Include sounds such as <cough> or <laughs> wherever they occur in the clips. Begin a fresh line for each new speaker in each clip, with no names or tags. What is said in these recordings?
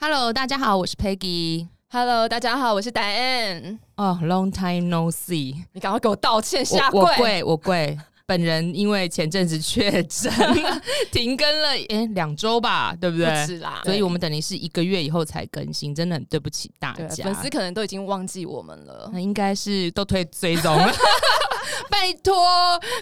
Hello，大家好，我是 Peggy。
Hello，大家好，我是 Diane。
哦、l o n g time no see，
你赶快给我道歉下
我我
跪。
跪我跪。本人因为前阵子确诊，停更了诶两周吧，对不
不
对？
止啦，
所以我们等于是一个月以后才更新，真的很对不起大
对
家。
粉丝可能都已经忘记我们了
那。应该是都推追踪了。拜托，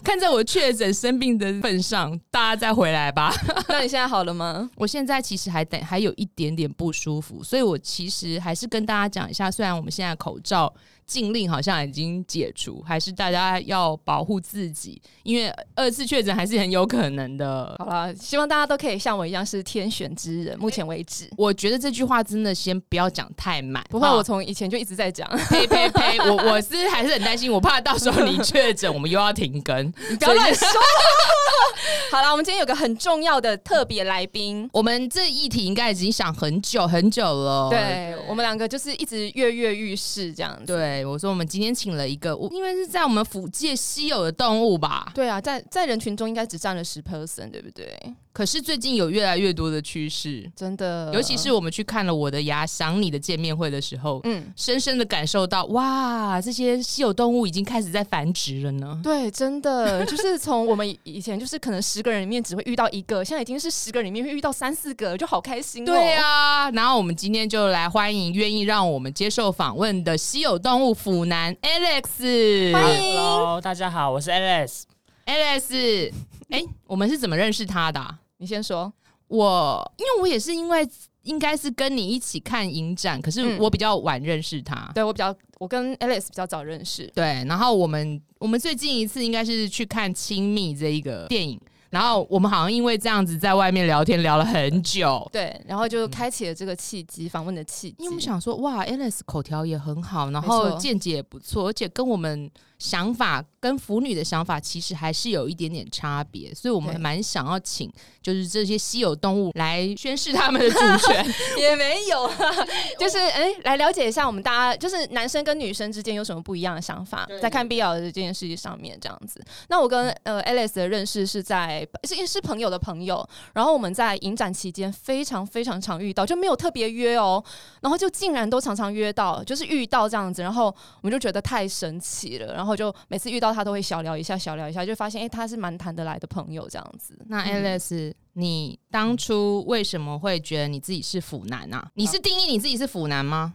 看在我确诊生病的份上，大家再回来吧。
<laughs> 那你现在好了吗？
我现在其实还等还有一点点不舒服，所以我其实还是跟大家讲一下，虽然我们现在口罩禁令好像已经解除，还是大家要保护自己，因为二次确诊还是很有可能的。
好啦，希望大家都可以像我一样是天选之人。目前为止，
我觉得这句话真的先不要讲太满，
不会，
啊
我从以前就一直在讲，
呸呸呸，我我是还是很担心，我怕到时候
<laughs>
你确诊，我们又要停更。
你 <laughs> 不要乱说。 <laughs> 好啦，我们今天有个很重要的特别来宾。
我们这议题应该已经想很久很久了。
对我们两个就是一直跃跃欲试这样子。
对，我说我们今天请了一个，我因为是在我们府界稀有的动物吧，
对啊，在在人群中应该只占了十 percent，对不对？
可是最近有越来越多的趋势，
真的，
尤其是我们去看了我的牙想你的见面会的时候，
嗯，
深深的感受到，哇，这些稀有动物已经开始在繁殖了 <laughs> 呢。
对，真的就是从我们以前就是可能十个人里面只会遇到一个，现在已经是十个人里面会遇到三四个，就好开心、哦。
对、啊，然后我们今天就来欢迎愿意让我们接受访问的稀有动物腐男 Alex。
欢迎
Hello，大家好，我是 Alice。
Alex，哎、我们是怎么认识他的啊、
你先说。
我因为我也是因为应该是跟你一起看影展，可是
嗯
我比较晚认识他。
对我比较，我跟 Alice 比较早认识，
对，然后我们我们最近一次应该是去看《亲密》这一个电影，然后我们好像因为这样子在外面聊天聊了很久。
对，然后就开启了这个契机，访问的契机。
嗯因为我们想说，哇，Alice 口条也很好，然
没
后
错
见解也不错，而且跟我们想法、跟腐女的想法其实还是有一点点差别，所以我们
对
蛮想要请，就是这些稀有动物来宣示他们的主权。 <laughs>
<laughs> 也没有啊啦，就是哎、来了解一下我们大家，就是男生跟女生之间有什么不一样的想法，在看 BL 的这件事情上面，这样子。那我跟呃 Alice 的认识是在呃是是朋友的朋友，然后我们在影展期间非常非常常遇到，就没有特别约哦，然后就竟然都常常约到，就是遇到这样子，然后我们就觉得太神奇了，然后就每次遇到他都会小聊一下，小聊一下，就发现哎、他是蛮谈得来的朋友这样子。
那
嗯
Alice，、你当初为什么会觉得你自己是腐男啊？你是定义你自己是腐男吗？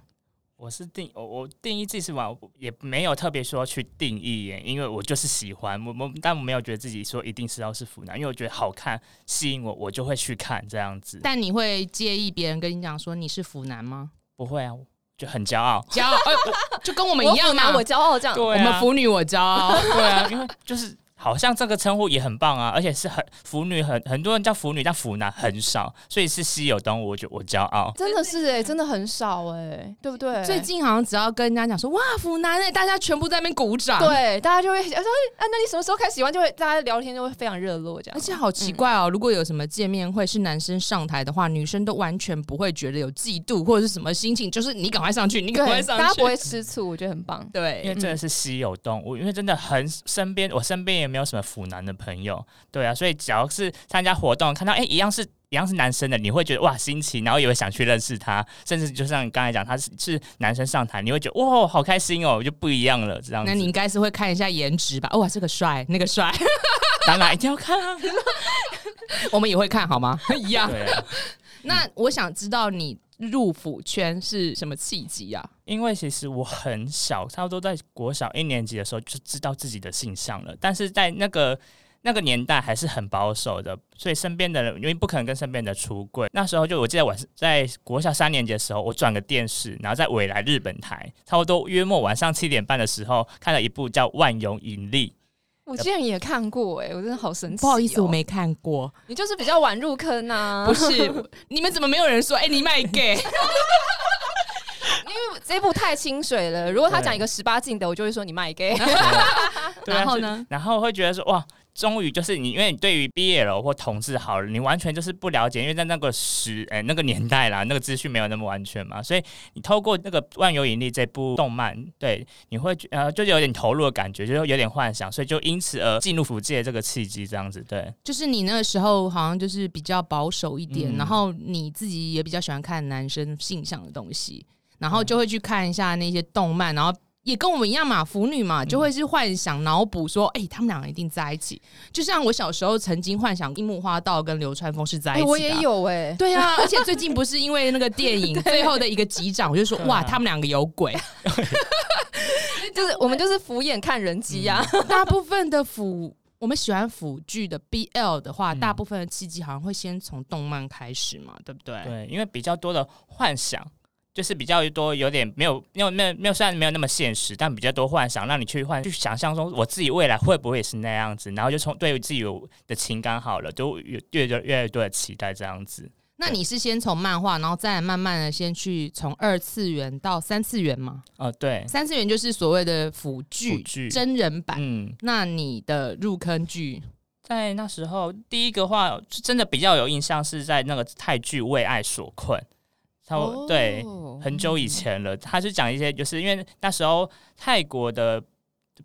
我是定我我定义自己是玩，我也没有特别说去定义耶，因为我就是喜欢我我，但我没有觉得自己说一定是要是腐男，因为我觉得好看吸引我，我就会去看这样子。
但你会介意别人跟你讲说你是腐男 <laughs> 吗？
不会啊，我就很骄傲。
骄傲、哎我就跟我们一样啊
我拿
嘛。
我骄傲这样。
我
对
们
啊，
腐女我骄傲。
对啊，因为就是好像这个称呼也很棒啊，而且是很腐女很很多人叫腐女，但腐男很少，所以是稀有动物，我就我骄傲。
真的是哎、真的很少哎、对不对？
最近好像只要跟人家讲说哇腐男哎、大家全部在那边鼓掌。，
对大家就会说，哎、啊，那你什么时候开始喜欢？就会大家聊天就会非常热络这样
而。且好奇怪哦，如果有什么见面会是男生上台的话，女生都完全不会觉得有嫉妒或者是什么心情，就是你赶快上去，你赶快
对，
上
大家
去呃
不。
<laughs>
会吃醋，我觉得很棒。
对，
因为真的是稀有动物，因为真的很身边，我身边也没有什么腐男的朋友，对啊，所以只要是参加活动，看到哎、诶一样是一样是男生的，你会觉得哇新奇，然后也会想去认识他，甚至就像你刚才讲，他是是男生上台，你会觉得哇好开心哦，就不一样了这样子。
那你应该是会看一下颜值吧？哦哇，这个帅，那个帅，
当然一定要看啊，
我们也会看好吗？ <laughs> 一样。
对啊，
那我想知道你入腐圈是什么契机啊？
因为其实我很小，差不多在国小一年级的时候就知道自己的性向了，但是在那个那个年代还是很保守的，所以身边的人因为不可能跟身边的人出柜。那时候就我记得我是在国小三年级的时候，我转个电视，然后在未来日本台，差不多约莫晚上七点半的时候看了一部叫《万有引力》。
我竟然也看过哎、我真的好神奇、
不好意思，我，没看过。
你就是比较晚入坑啊呐、
不是，你们怎么没有人说？哎、你 <laughs> 卖 gay？
因为这部太清水了。如果他
对
讲一个十八禁的，我就会说你卖给。
<laughs> 对啊
<laughs> 然后呢？
然后会觉得说哇，终于就是你，因为你对于 BL 或同志好了，你完全就是不了解，因为在那个时哎、那个年代啦，那个资讯没有那么完全嘛，所以你透过那个《万有引力》这部动漫，对，你会觉呃就是有点投入的感觉，就是有点幻想，所以就因此而进入腐界这个契机，这样子对。
就是你那个时候好像就是比较保守一点，
嗯
然后你自己也比较喜欢看男生性向的东西，然后就会去看一下那些动漫，然后。也跟我们一样嘛，腐女嘛，就会是幻想脑补说，哎、他们两个一定在一起。就像我小时候曾经幻想樱木花道跟流川枫是在一起、
哎，
的。
<laughs>
啊
我也有哎，
对啊，而且最近不是因为那个电 <laughs> 影最后的一个击掌，我就说
对啊
哇，他们两个有鬼。
就是我们就是敷衍看人机啊呀， <laughs>
大部分的腐，我们喜欢腐剧的 BL 的话，
嗯
大部分的契机好像会先从动漫开始嘛，对不对？
对，因为比较多的幻想，就是比较多有点没有没有没有没有，虽然没有那么现实，但比较多幻想，让你去幻去想象中我自己未来会不会也是那样子，然后就从对于自己有的情感好了，就越越越越来越多的期待这样子。
那你是先从漫画，然后再慢慢的先去从二次元到三次元嘛？
哦、对，
三次元就是啊所谓的腐剧
腐剧
真人版。
嗯，
那你的入坑
<laughs>
剧
在那时候第一个话，就真的比较有印象是在那个泰剧《为爱所困》，
嗯
他、
哦
哦
对，很久以前了，他是讲一些，就是因为那时候泰国的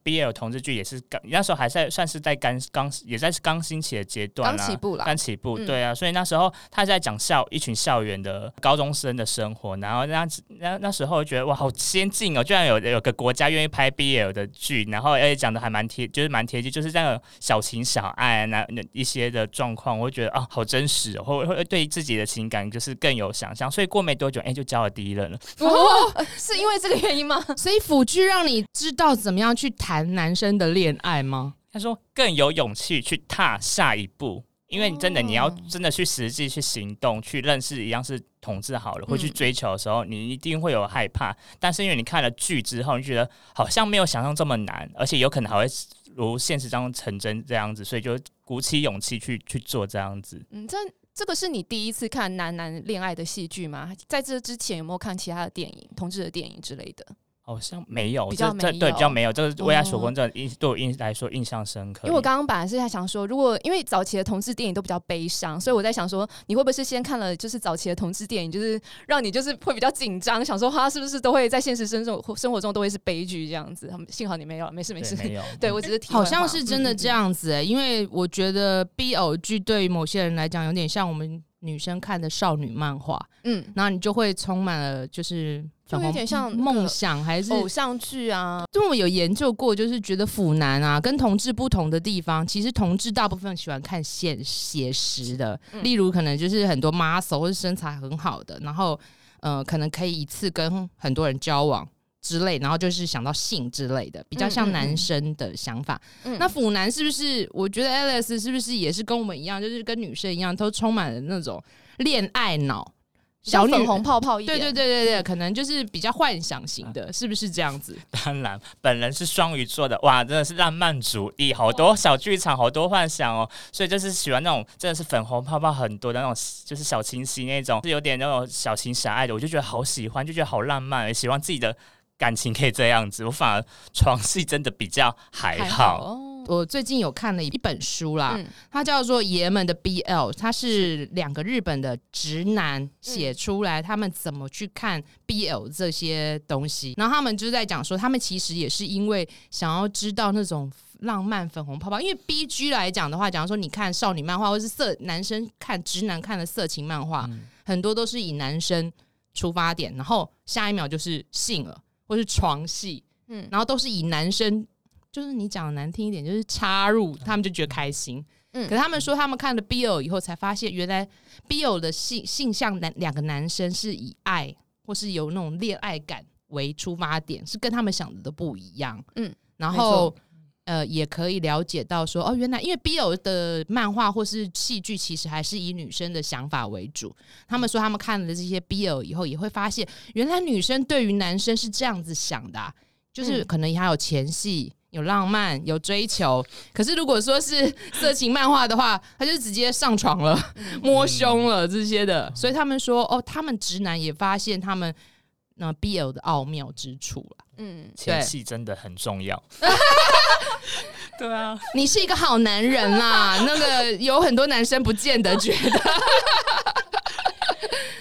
BL 同志剧也是刚，那时候还在算是在刚刚也在刚兴起的阶段
刚
啦、
起步啦，
刚起步，
嗯
对啊，所以那时候他在讲校一群校园的高中生的生活，然后那那那时候觉得哇，好先进哦，居然有有个国家愿意拍 BL 的剧，然后而且讲的还蛮贴，就是蛮贴近，就是这样小情小爱啊那那一些的状况，我会觉得啊，好真实、哦，会会对自己的情感就是更有想象，所以过没多久，哎、就交了第一任了。
哦，是因为这个原因吗？
所以腐剧让你知道怎么样去谈男生的恋爱吗？
他说更有勇气去踏下一步，因为你真的
哦
你要真的去实际去行动，去认识一样是同志好
嗯
了，或去追求的时候，你一定会有害怕。但是因为你看了剧之后，你觉得好像没有想象这么难，而且有可能还会如现实当中成真这样子，所以就鼓起勇气去去做这样子。
嗯，这这个是你第一次看男男恋爱的戏剧吗？在这之前有没有看其他的电影，同志的电影之类的？
好像没有，
比较
这这
没
对
有
比较没有，这个为他所
哦
关这印对我印来说印象深刻。
因为我刚刚本来是在想说，如果因为早期的同志电影都比较悲伤，所以我在想说，你会不会是先看了就是早期的同志电影，就是让你就是会比较紧张，想说他是不是都会在现实生中生活中都会是悲剧这样子？他们幸好你没有，没事没事
对。没有，
对我只是题外话
好像是真的这。
嗯嗯嗯
样子、欸，因为我觉得 BL 剧对于某些人来讲，有点像我们女生看的少女漫画，
嗯，
然后你就会充满了就是
就有点像那个
梦想，还是
偶像剧啊，
因为我有研究过，就是觉得腐男啊跟同志不同的地方，其实同志大部分喜欢看现写实的，
嗯
例如可能就是很多 muscle 或是身材很好的，然后呃可能可以一次跟很多人交往。之类，然后就是想到性之类的，比较像男生的想法。
嗯
那腐男是不是？我觉得 Alice 是不是也是跟我们一样，就是跟女生一样，都充满了那种恋爱脑，小
小
女
粉红泡泡一
对
点，嗯
对对对对，可能就是比较幻想型的，是不是这样子？
当然，本人是双鱼座的，哇，真的是浪漫主义，好多小剧场，好多幻想哦。所以就是喜欢那种真的是粉红泡泡很多的那种，就是小清新那种，是有点那种小情小爱的，我就觉得好喜欢，就觉得好浪漫，也喜欢自己的感情可以这样子。我反而床戏真的比较还好，啊
还好哦。
我最近有看了一本书啦，
嗯
它叫做《爷们的 BL》，它是两个日本的直男写出来，他们怎么去看 BL 这些东西。然后他们就是在讲说，他们其实也是因为想要知道那种浪漫粉红泡泡，因为 BG 来讲的话，假如说你看少女漫画，或是色男生看直男看的色情漫画，
嗯
很多都是以男生出发点，然后下一秒就是性了，或是床戏，
嗯，
然后都是以男生，就是你讲的难听一点，就是插入，他们就觉得开心。
嗯
可是他们说他们看了 BL 以后才发现，原来 BL 的性性向男两个男生是以爱或是有那种恋爱感为出发点，是跟他们想的都不一样。
嗯，
然
没
后。呃，也可以了解到说，哦，原来因为 BL 的漫画或是戏剧，其实还是以女生的想法为主。他们说他们看了这些 BL 以后，也会发现原来女生对于男生是这样子想的啊、就是
嗯
可能还有前戏、有浪漫、有追求。可是如果说是色情漫画的话， <laughs> 他就直接上床了、摸胸了这些的。所以他们说，哦，他们直男也发现他们那、呃啊 BL 的奥妙之处了。
嗯，
前戏真的很重要。 <laughs> 对啊，
你是一个好男人啦。那个有很多男生不见得觉得，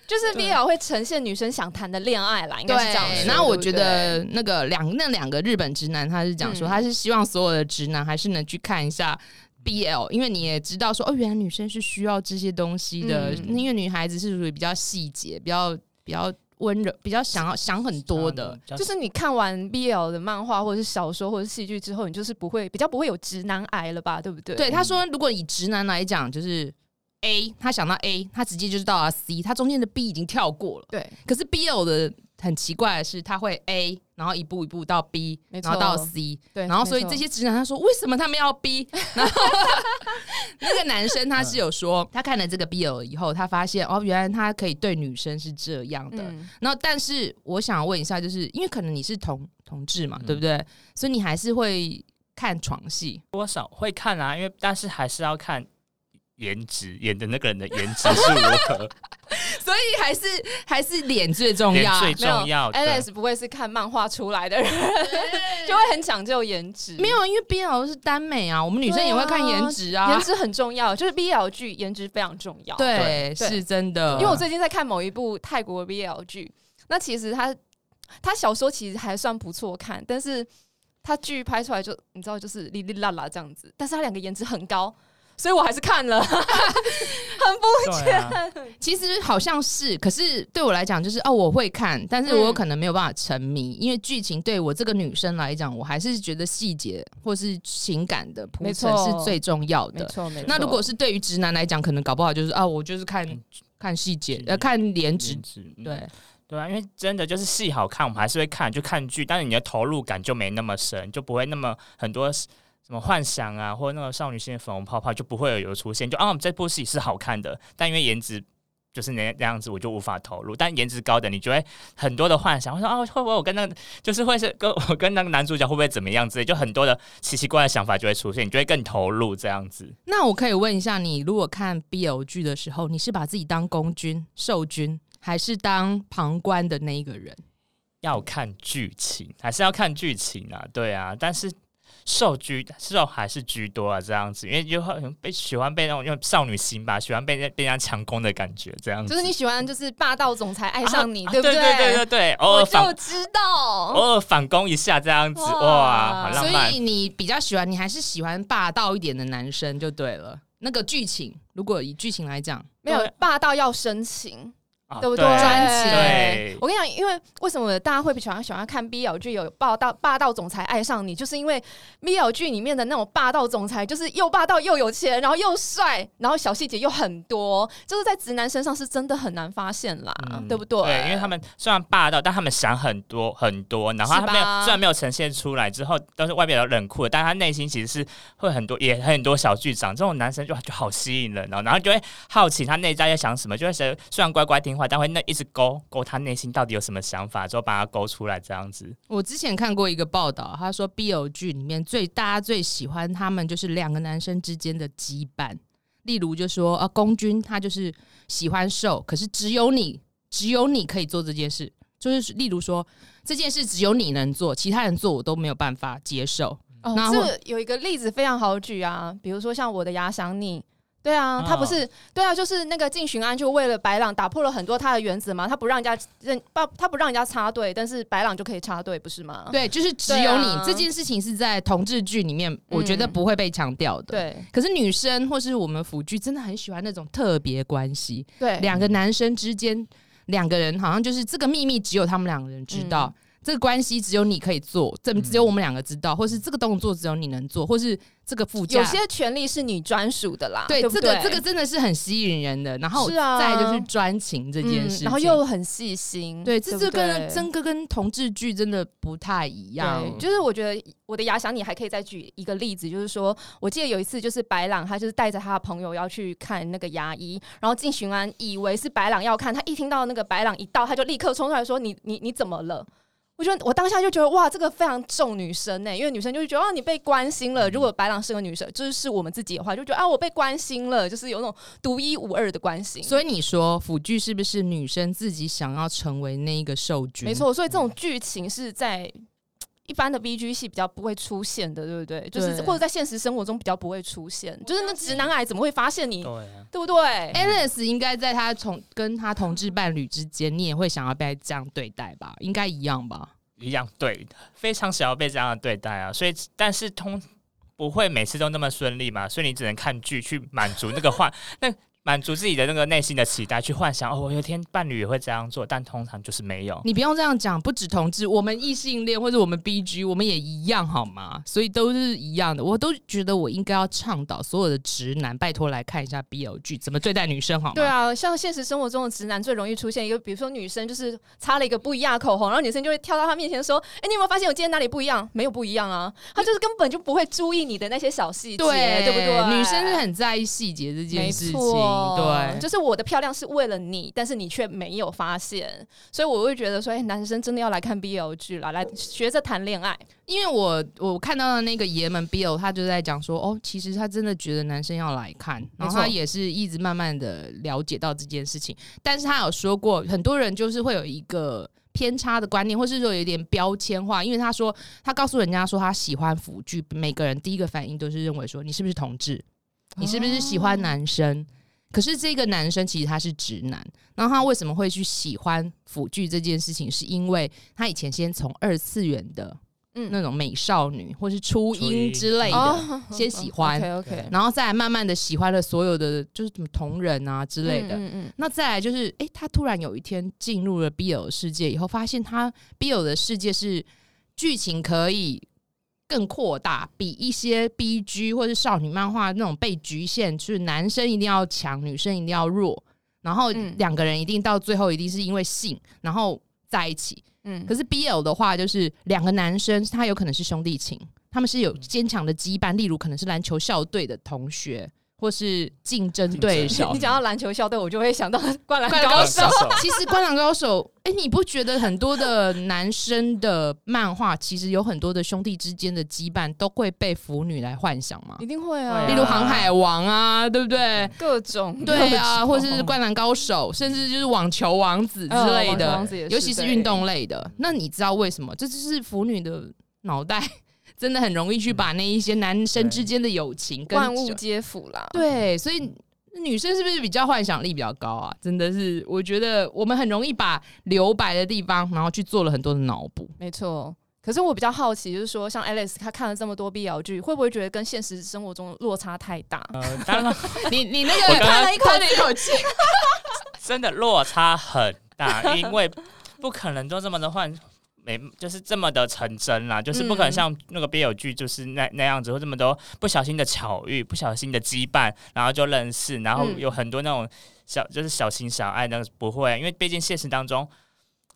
就是 BL 会呈现女生想谈的恋爱啦，应该是这样说。
对。然后我
对不
觉
对
得那个两那两个日本直男，他是讲说、
嗯
他是希望所有的直男还是能去看一下。BL，因为你也知道说哦，原来女生是需要这些东西的，
嗯
因为女孩子是属于比较细节、比较比较温柔、比较想要想很多的。
比较
就是你看完 BL 的漫画或者是小说或者是戏剧之后，你就是不会比较不会有直男癌了吧？对不对？
对，他说，如果以直男来讲，就是 A，他想到 A，他直接就是到了 C，他中间的 B 已经跳过了。
对，
可是 BL 的很奇怪的是，他会 A，然后一步一步到 B，
没
然
错
后到 C，
对
然后所以
没错
这些直男他说为什么他们要 B？然 <laughs>
<laughs>
后那个男生他是有说，他看了这个 BL 以后，他发现哦，原来他可以对女生是这样的。
嗯
然后，但是我想问一下，就是因为可能你是同同志
嗯
嘛，对不对？所以你还是会看床
<laughs>
戏，
多少会看啊，因为但是还是要看颜值，演的那个人的颜值是如何，
所以还是还是脸最重
脸
要。
最
没有
重要的。
Alice 不会是看漫画出来的人， <laughs> 就会很讲究颜值。
没有，因为 BL 是耽美啊，我们女生也会看颜值啊，
颜值很重要，就是 BL 剧颜值非常重要。，
对，
对
是真的。
嗯
因为我最近在看某一部泰国 BL 剧，那其实它它小说其实还算不错看，但是它剧拍出来就你知道就是哩哩啦啦这样子，但是它两个颜值很高，所以我还是看了，
对啊，
其实好像是，可是对我来讲就是哦，我会看，但
嗯
是我有可能没有办法沉迷，因为剧情对我这个女生来讲，我还是觉得细节或是情感的铺
没
陈
错
是最重要的。
错没错
那如果是对于直男来讲，可能搞不好就是啊，我就是看
嗯
看细节
细，节
呃，看颜值
颜，值嗯
对，
对啊，因为真的就是戏好看，我们还是会看，就看剧，但是你的投入感就没那么深，就不会那么很多什么幻想啊，或者那个少女心的粉红泡泡就不会有有出现。就啊，我们这部戏是好看的，但因为颜值。就是那那样子，我就无法投入。但颜值高的，你就会很多的幻想，会说啊，会不会我跟那个，就是会是跟我跟那个男主角会不会怎么样之类，就很多的奇奇怪怪的想法就会出现，你就会更投入这样子。
那我可以问一下你，如果看 BL 剧的时候，你是把自己当公君、受君，还是当旁观的那一个人？
要看剧情，还是要看剧情啊？对啊，但是受居受还是居多啊，这样子，因为就会被喜欢被那种用少女心吧，喜欢被人被人家强攻的感觉，这样子。
就是你喜欢就是霸道总裁爱上你，
啊
对不
对对对对，偶
我
尔反哦
就知道，
偶尔反攻一下这样子，
哇
哇，好
所
浪漫
以。你比较喜欢，你还是喜欢霸道一点的男生就对了。那个剧情，如果以剧情来讲，
没有
对
霸道要深情，
啊
对不
对？
专情
对
我跟你讲，因为为什么大家会喜欢喜欢看 BL 剧？有霸道霸道总裁爱上你，就是因为 BL 剧里面的那种霸道总裁，就是又霸道又有钱，然后又帅，然后小细节又很多，就是在直男身上是真的很难发现啦，
嗯
对不对？
对，因为他们虽然霸道，但他们想很多很多，然后
是
他没有
吧
虽然没有呈现出来，之后都是外表冷酷的，但他内心其实是会很多，也很多小剧场。这种男生就就好吸引人哦，然后就会好奇他内在在想什么，就会谁虽然乖乖听话，但会那一直勾勾他内心到底有什么想法，之后把他勾出来这样子。
我之前看过一个报道，他说 BL 剧里面最大家最喜欢他们就是两个男生之间的羁绊，例如就说啊，公君他就是喜欢受，可是只有你，只有你可以做这件事，就是例如说这件事只有你能做，其他人做我都没有办法接受。
哦
那，
这
或
个有一个例子非常好举啊，比如说像我的牙想你。对啊
啊，
他不是、对啊，就是那个靳寻安就为了白朗打破了很多他的原则嘛，他不让人家认不他不让人家插队，但是白朗就可以插队，不是吗？
对，就是只
对
有
啊
你、这件事情是在同志剧里面，我觉得
嗯
不会被强调的。。
对
可是女生或是我们腐剧真的很喜欢那种特别关系，
对，
两个男生之间，两个人好像就是这个秘密只有他们两个人知道，
嗯
这个关系只有你可以做，这
嗯
只有我们两个知道，或是这个动作只有你能做，或是这个附加
有些权利是你专属的啦，
对
对不
这
对
个这个真的是很吸引人的。然后
是啊嗯
再就是专情这件事情，
然后又很细心，
对，这
不
这跟
对
真哥跟同志剧真的不太一样。
对，就是我觉得我的牙想你还可以再举一个例子，就是说我记得有一次就是白朗他就是带着他的朋友要去看那个牙医，然后靳寻安以为是白朗要看，他一听到那个白朗一到，他就立刻冲出来说你你你怎么了？我觉得我当下就觉得哇，这个非常重女生呢、因为女生就会觉得哦，你被关心了。如果白朗是个女生，就是是我们自己的话，就觉得啊，我被关心了，就是有那种独一无二的关心。
所以你说腐剧是不是女生自己想要成为那一个受君？
没，错，所以这种剧情是在。一般的 B G 系比较不会出现的，对不对？就是
对
或者在现实生活中比较不会出现，就是那直男癌怎么会发现你，
对啊，
对不对？
Alice 应该在他同跟他同志伴侣之间，你也会想要被这样对待吧？应该一样吧？
一样对，非常想要被这样的对待啊，所以但是通不会每次都那么顺利嘛，所以你只能看剧去满足那个幻 <laughs> 那。满足自己的那个内心的期待，去幻想哦，我有一天伴侣也会这样做，但通常就是没有。
你不用这样讲，不止同志，我们异性恋或者我们 BG，我们也一样好吗？所以都是一样的，我都觉得我应该要倡导所有的直男，拜托来看一下 BL 剧怎么对待女生好吗？
对啊，像现实生活中的直男最容易出现一个，比如说女生就是擦了一个不一样的口红，然后女生就会跳到他面前说：“哎、你有没有发现我今天哪里不一样？没有不一样啊！”他就是根本就不会注意你的那些小细节，
对
对不对？
女生是很在意细节这件
没
事情，
错，
对，
就是我的漂亮是为了你，但是你却没有发现，所以我会觉得说，哎、男生真的要来看 BL 剧啦，来学着谈恋爱。
因为我我看到的那个爷们 Bill，他就在讲说，哦，其实他真的觉得男生要来看，然后
没错
他也是一直慢慢的了解到这件事情，但是他有说过，很多人就是会有一个。偏差的观念，或是说有点标签化，因为他说他告诉人家说他喜欢腐剧，每个人第一个反应都是认为说你是不是同志，你是不是喜
哦
欢男生？可是这个男生其实他是直男，然后他为什么会去喜欢腐剧这件事情，是因为他以前先从二次元的
嗯，
那种美少女或是初
初
音
音
之类的，
哦嗯
先喜欢
OK OK
然后再来慢慢的喜欢了所有的就是什么同人啊之
之
类的。
嗯嗯
那再来就是，诶，他突然有一天进入了 BL 世界以后，发现他 BL 的世界是剧情可以更扩大，比一些 BG 或是少女漫画那种被局限，就是男生一定要强，女生一定要弱，然后
嗯
两个人一定到最后一定是因为性，然后在一起。
嗯，
可是 BL 的话，就是两个男生，他有可能是兄弟情，他们是有坚强的羁绊，例如可能是篮球校队的同学，或是竞争对
竞
手
争
你。讲到篮球校队，我就会想 <laughs> 到灌篮
灌篮
高
高
手
手。其实《灌篮高手》，哎、你不觉得很多的男生的漫画，其实有很多的兄弟之间的羁绊都会被腐女来幻想吗？
一定会啊，
例如《航海王》啊，对不对？
各种
对啊，或是灌篮高手，甚至就是网球王子之类
嗯网球
的，
王子也是
尤其是运动类的。那你知道为什么？这就是腐女的脑袋 <laughs> 真的很容易去把那一些男生之间的友情跟
万物皆腐啦。
对，所以。女生是不是比较幻想力比较高啊？真的是，我觉得我们很容易把留白的地方，然后去做了很多的脑补。
没错。可是我比较好奇，就是说，像 Alice 她看了这么多 BL 剧，会不会觉得跟现实生活中落差太大？
呃，当然
你你那
我
个
刚
叹
刚
了一口一口气，
真的落差很大，因为不可能都这么的换，没就是这么的成真啦，就是不可能像那个 BL 剧就是那那样子，或这么多不小心的巧遇、不小心的羁绊，然后就认识，然后
嗯
有很多那种小就是小情小爱，那个不会，因为毕竟现实当中。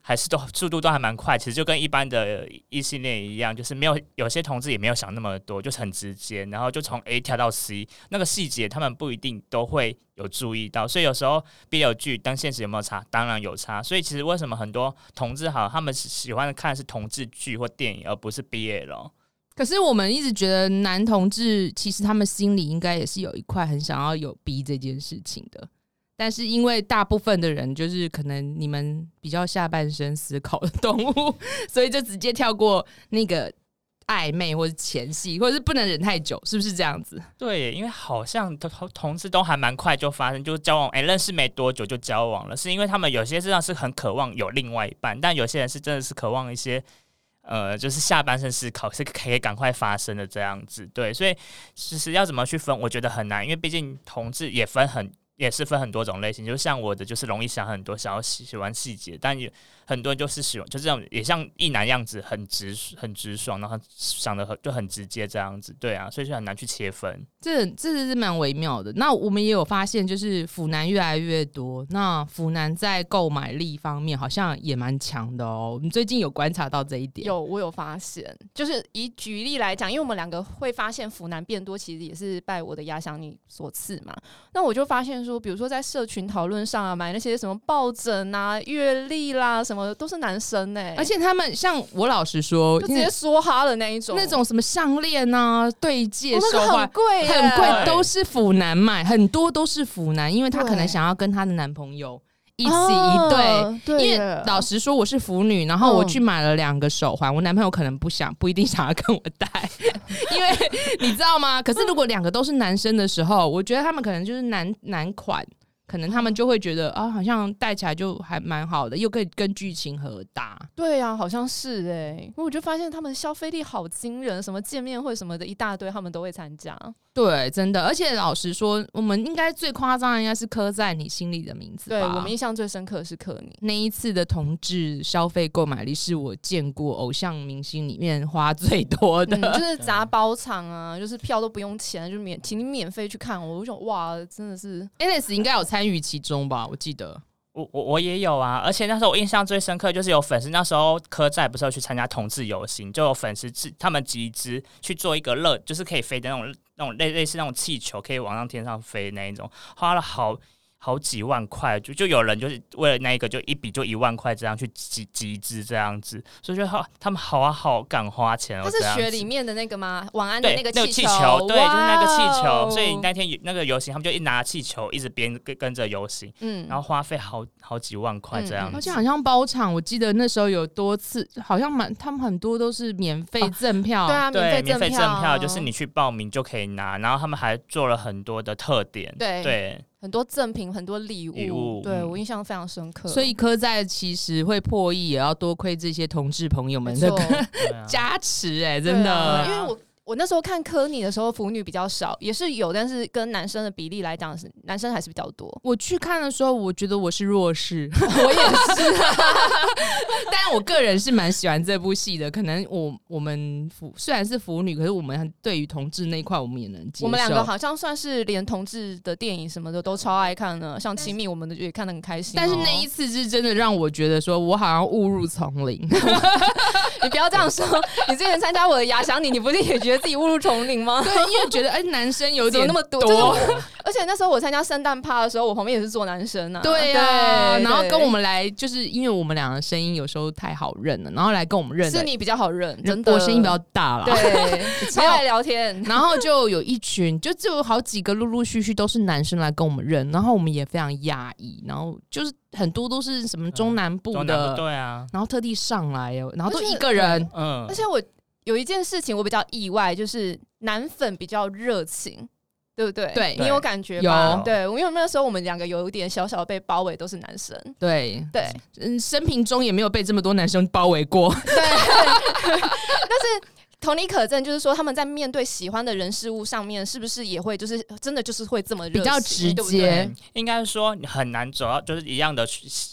还是都速度都还蛮快，其实就跟一般的呃异性恋一样，就是没有有些同志也没有想那么多，就是很直接，然后就从 A 跳到 C，那个细节他们不一定都会有注意到，所以有时候 BL 剧跟现实有没有差？当然有差。所以其实为什么很多同志好，他们喜欢看的是同志剧或电影，而不是 BL。
可是我们一直觉得男同志其实他们心里应该也是有一块很想要有 B 这件事情的，但是因为大部分的人就是可能你们比较下半身思考的动物，所以就直接跳过那个暧昧或者前戏，或者是不能忍太久，是不是这样子？
对，因为好像同同志都还蛮快就发生，就交往，哎、认识没多久就交往了，是因为他们有些真的是很渴望有另外一半，但有些人是真的是渴望一些。呃，就是下半身思考是可以赶快发生的这样子，对，所以其实要怎么去分，我觉得很难，因为毕竟同志也分很也是分很多种类型，就像我的就是容易想很多，想要喜喜欢细节，但也很多人就是喜欢就这种，也像一男样子，很直很直爽，然后想的很就很直接这样子，对啊，所以就很难去切分。
这这是蛮微妙的。那我们也有发现，就是腐男越来越多，那腐男在购买力方面好像也蛮强的哦。我们最近有观察到这一点，
有，我有发现，就是以举例来讲，因为我们两个会发现腐男变多，其实也是拜我的压箱你所赐嘛。那我就发现说，比如说在社群讨论上啊，买那些什么抱枕啊、阅历啦什么的，都是男生呢、
而且他们像我老实说，
哎就直
因为
接说哈了那一种，
那种什么项链啊、对戒
哦、那
手
个
环
很。贵耶，
很贵，
对
都是腐男买，很多都是腐男，因为他
对
可能想要跟他的男朋友一起一对。
哦对
因为
耶
老实说，我是腐女，然后我
嗯
去买了两个手环，我男朋友可能不想，不一定想要跟我
<laughs>
戴，因为你知道吗？可是如果两个都是男生的时候，我觉得他们可能就是男男款，可能他
嗯
们就会觉得啊，好像戴起来就还蛮好的，又可以跟剧情合搭。
对呀、好像是哎、我就发现他们消费力好惊人，什么见面会什么的，一大堆他们都会参加。
对，真的，而且老实说，我们应该最夸张的应该是刻在你心里的名字吧。
对我们印象最深刻的是克尼，
那一次的同志消费购买力是我见过偶像明星里面花最多
<laughs>
的。
嗯，
<laughs>
就是砸包场啊，就是票都不用钱，就免请你免费去看。我就想哇，真的是
Alice 应该有参与其中吧？我记得
我我我也有啊，而且那时候我印象最深刻就是有粉丝那时候科在不是有去参加同志游行，就有粉丝自他们集资去做一个乐，就是可以飞的那种那种类类似那种气球，可以往上天上飞那一种，花了好好几万块，就就有人就是为了那一个就一笔就一万块这样去集集资这样子，所以就好他们好啊好敢花钱哦，
它是
这样
学
子
里面的那个吗？晚安的
对，
个
那
气
个气球，对，就是那个气
哇哦
球。所以那天有那个游行，他们就一拿气球，一直边跟跟着游行，
嗯，
然后花费好好几万块这样
嗯
而
子。
且好像包场，我记得那时候有多次，好像蛮他们很多都是免费赠票。
对啊，
对，
免
免
费
费
赠哦
赠票就是你去报名就可以拿，然后他们还做了很多的特点，
对
对
很多赠品，很多礼物，
礼物
对
嗯
我印象非常深刻。
所以科在其实会破亿，也要多亏这些同志朋友
没
们的
错，
对啊
加持、哎，
对
真的。
啊因为我。我那时候看科尼的时候，腐女比较少，也是有，但是跟男生的比例来讲，是男生还是比较
<laughs>
多。
我去看的时候，我觉得我是弱势，我也是、 <laughs> 但我个人是蛮喜欢这部戏的。可能我我们腐虽然是腐女，可是我们对于同志那一块，我们也能接受。
我们两个好像算是连同志的电影什么的都超爱看呢，像《亲密》我们的也看得很开心哦、
但是那一次是真的让我觉得，说我好像误入丛林。
<laughs> 你不要这样说，你之前参加我的牙想你，你不是也觉得自己误入丛林吗？
对，因为觉得哎、男生有
怎么
点
那么多？
多
就是我， <laughs> 而且那时候我参加圣诞趴的时候，我旁边也是做男生啊。
对啊，
对
然后
对
跟我们来，就是因为我们俩的声音有时候太好认了，然后来跟我们认的
是你比较好认，真的，
我声音比较大了。
<laughs> 对，超爱聊
<laughs>
天。
然后就有一群，就只有好几个陆陆续续都是男生来跟我们认，然后我们也非常压抑，然后就是很多都是什么中南部
中南
的，
部对啊，
然后特地上来哦，然后都
就是
一个人，
嗯
而，且我有一件事情我比较意外，就是男粉比较热情。对不对？
对
你有感觉吗？
有
对，因为那时候我们两个有一点小小被包围，都是男生。
对，
对，
嗯，生平中也没有被这么多男生包围过，
对， <laughs> 但是同理可证，就是说他们在面对喜欢的人事物上面，是不是也会就是真的就是会这么热
<laughs>
情
比较直
对不对
接，
应该说你很难走到就是一样的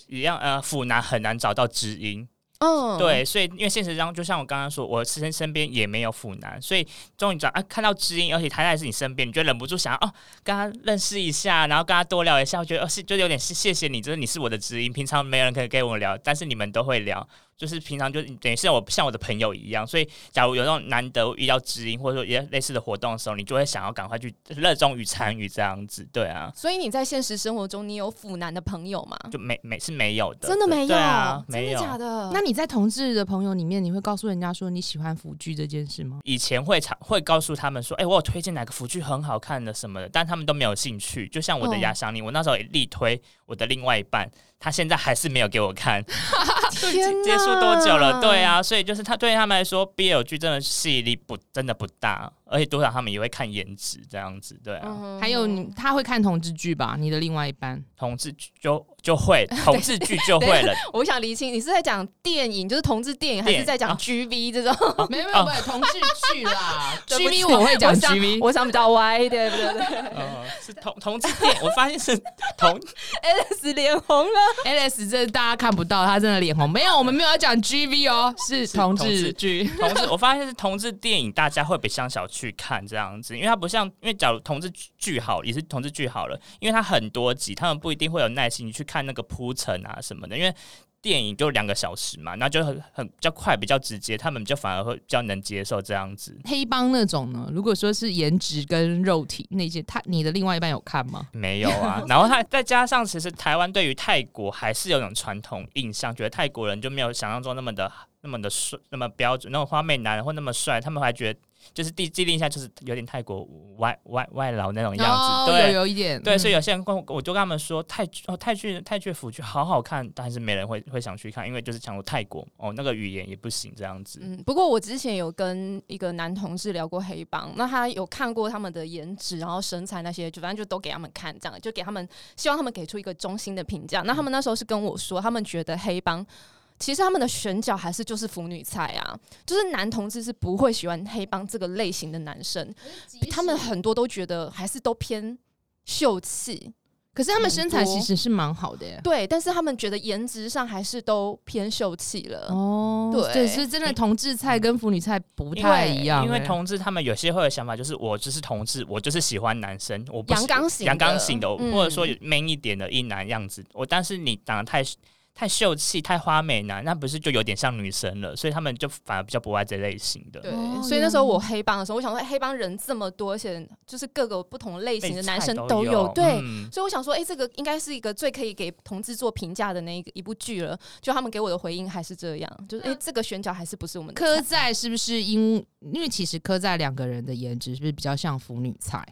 一样呃腐男很难找到知音，
嗯，
对，所以因为现实中，就像我刚刚说，我身身边也没有腐男，所以终于找啊看到知音，而且他在是你身边，你就忍不住想要哦跟他认识一下，然后跟他多聊一下，我觉得哦是就有点是谢谢你，就是你是我的知音，平常没人可以跟我聊，但是你们都会聊，就是平常就等于是我像我的朋友一样，所以假如有那种难得遇到知音或者说也类似的活动的时候，你就会想要赶快去热衷于参与这样子，对啊，
所以你在现实生活中，你有腐男的朋友吗？
就没没是没有的，
真的没有，
对啊，
真
没
的
有。
假的？
<laughs>
那你在同志的朋友里面，你会告诉人家说你喜欢腐剧这件事吗？
以前会常会告诉他们说，哎、我有推荐哪个服具很好看的什么的，但他们都没有兴趣。就像我的
嗯
牙香令，我那时候也力推我的另外一半，他现在还是没有给我看，
天哪
结束多久了？对，啊，所以就是他对他们来说，BL 剧真的吸引力不真的不大，而且多少他们也会看颜值这样子，对啊，
<laughs>
嗯
还有你，他会看同志剧吧？你的另外一半，
同志剧就就会，同志剧就会了，
我想厘清，你是在讲电影，就是同志电影，还
电
是在讲
啊
GV 这种？
哦没有没
有
有，同志剧 <laughs> 啦
<laughs> 对不起
，GV 我会讲
我想
GV，
我想比较歪一点，对不对？ <laughs>
嗯，是同同志电，我发现是同
是脸红了，
Alice 这大家看不到，她真的脸红。没有，我们没有要讲 GV 哦，是同
同
志
志
剧。
同志，我发现是同志电影，大家会比较想去看这样子，因为它不像，因为假如同志剧好，也是同志剧好了，因为它很多集，他们不一定会有耐心去看那个铺陈啊什么的，因为电影就两个小时嘛，那就很很比较快，比较直接，他们就反而会比较能接受这样子。
黑帮那种呢？如果说是颜值跟肉体那些，他你的另外一半有看吗？
没有
<laughs>
啊，然后他再加上，其实台湾对于泰国还是有种传统印象，觉得泰国人就没有想象中那么的那么的帅，那么标准，那种花美男或那么帅，他们还觉得就是第既定一下就是有点泰国外外外劳那种样子，
哦
对，
有有一点，
对，
嗯
所以有些人跟我我就跟他们说泰剧哦，泰剧泰剧腐剧好好看，但是没人会会想去看，因为就是讲泰国哦，那个语言也不行这样子。
嗯，不过我之前有跟一个男同志聊过黑帮，那他有看过他们的颜值，然后身材那些，就反正就都给他们看，这样就给他们希望他们给出一个中心的评价。那他们那时候是跟我说，他们觉得黑帮。其实他们的选角还是就是腐女菜啊，就是男同志是不会喜欢黑帮这个类型的男生，
嗯
他们很多都觉得还是都偏秀气，
可是他们身材
很多
其实是蛮好的耶。
对，但是他们觉得颜值上还是都偏秀气了。
哦，
对
对，是真的同志菜跟腐女菜不
因
太
为
一样，
因为
欸
哎
同志他们有些会有想法，就是我就是同志，我就是喜欢男生，我不
阳刚型的
阳刚型的，
嗯
或者说有 man 一点的一男样子。我但是你长得太太秀气、太花美男，那不是就有点像女生了？所以他们就反而比较不爱这类型的。
对，
哦
所以那时候我黑帮的时候，我想说，哎黑帮人这么多，而且就是各个不同类型的男生
类菜
都有，对。
嗯
所以我想说，哎、这个应该是一个最可以给同志做评价的那一个一部剧了。就他们给我的回应还是这样，就是哎、诶这个选角还是不是我们的
柯
菜
在是不是因因为其实柯在两个人的颜值是不是比较像腐女菜，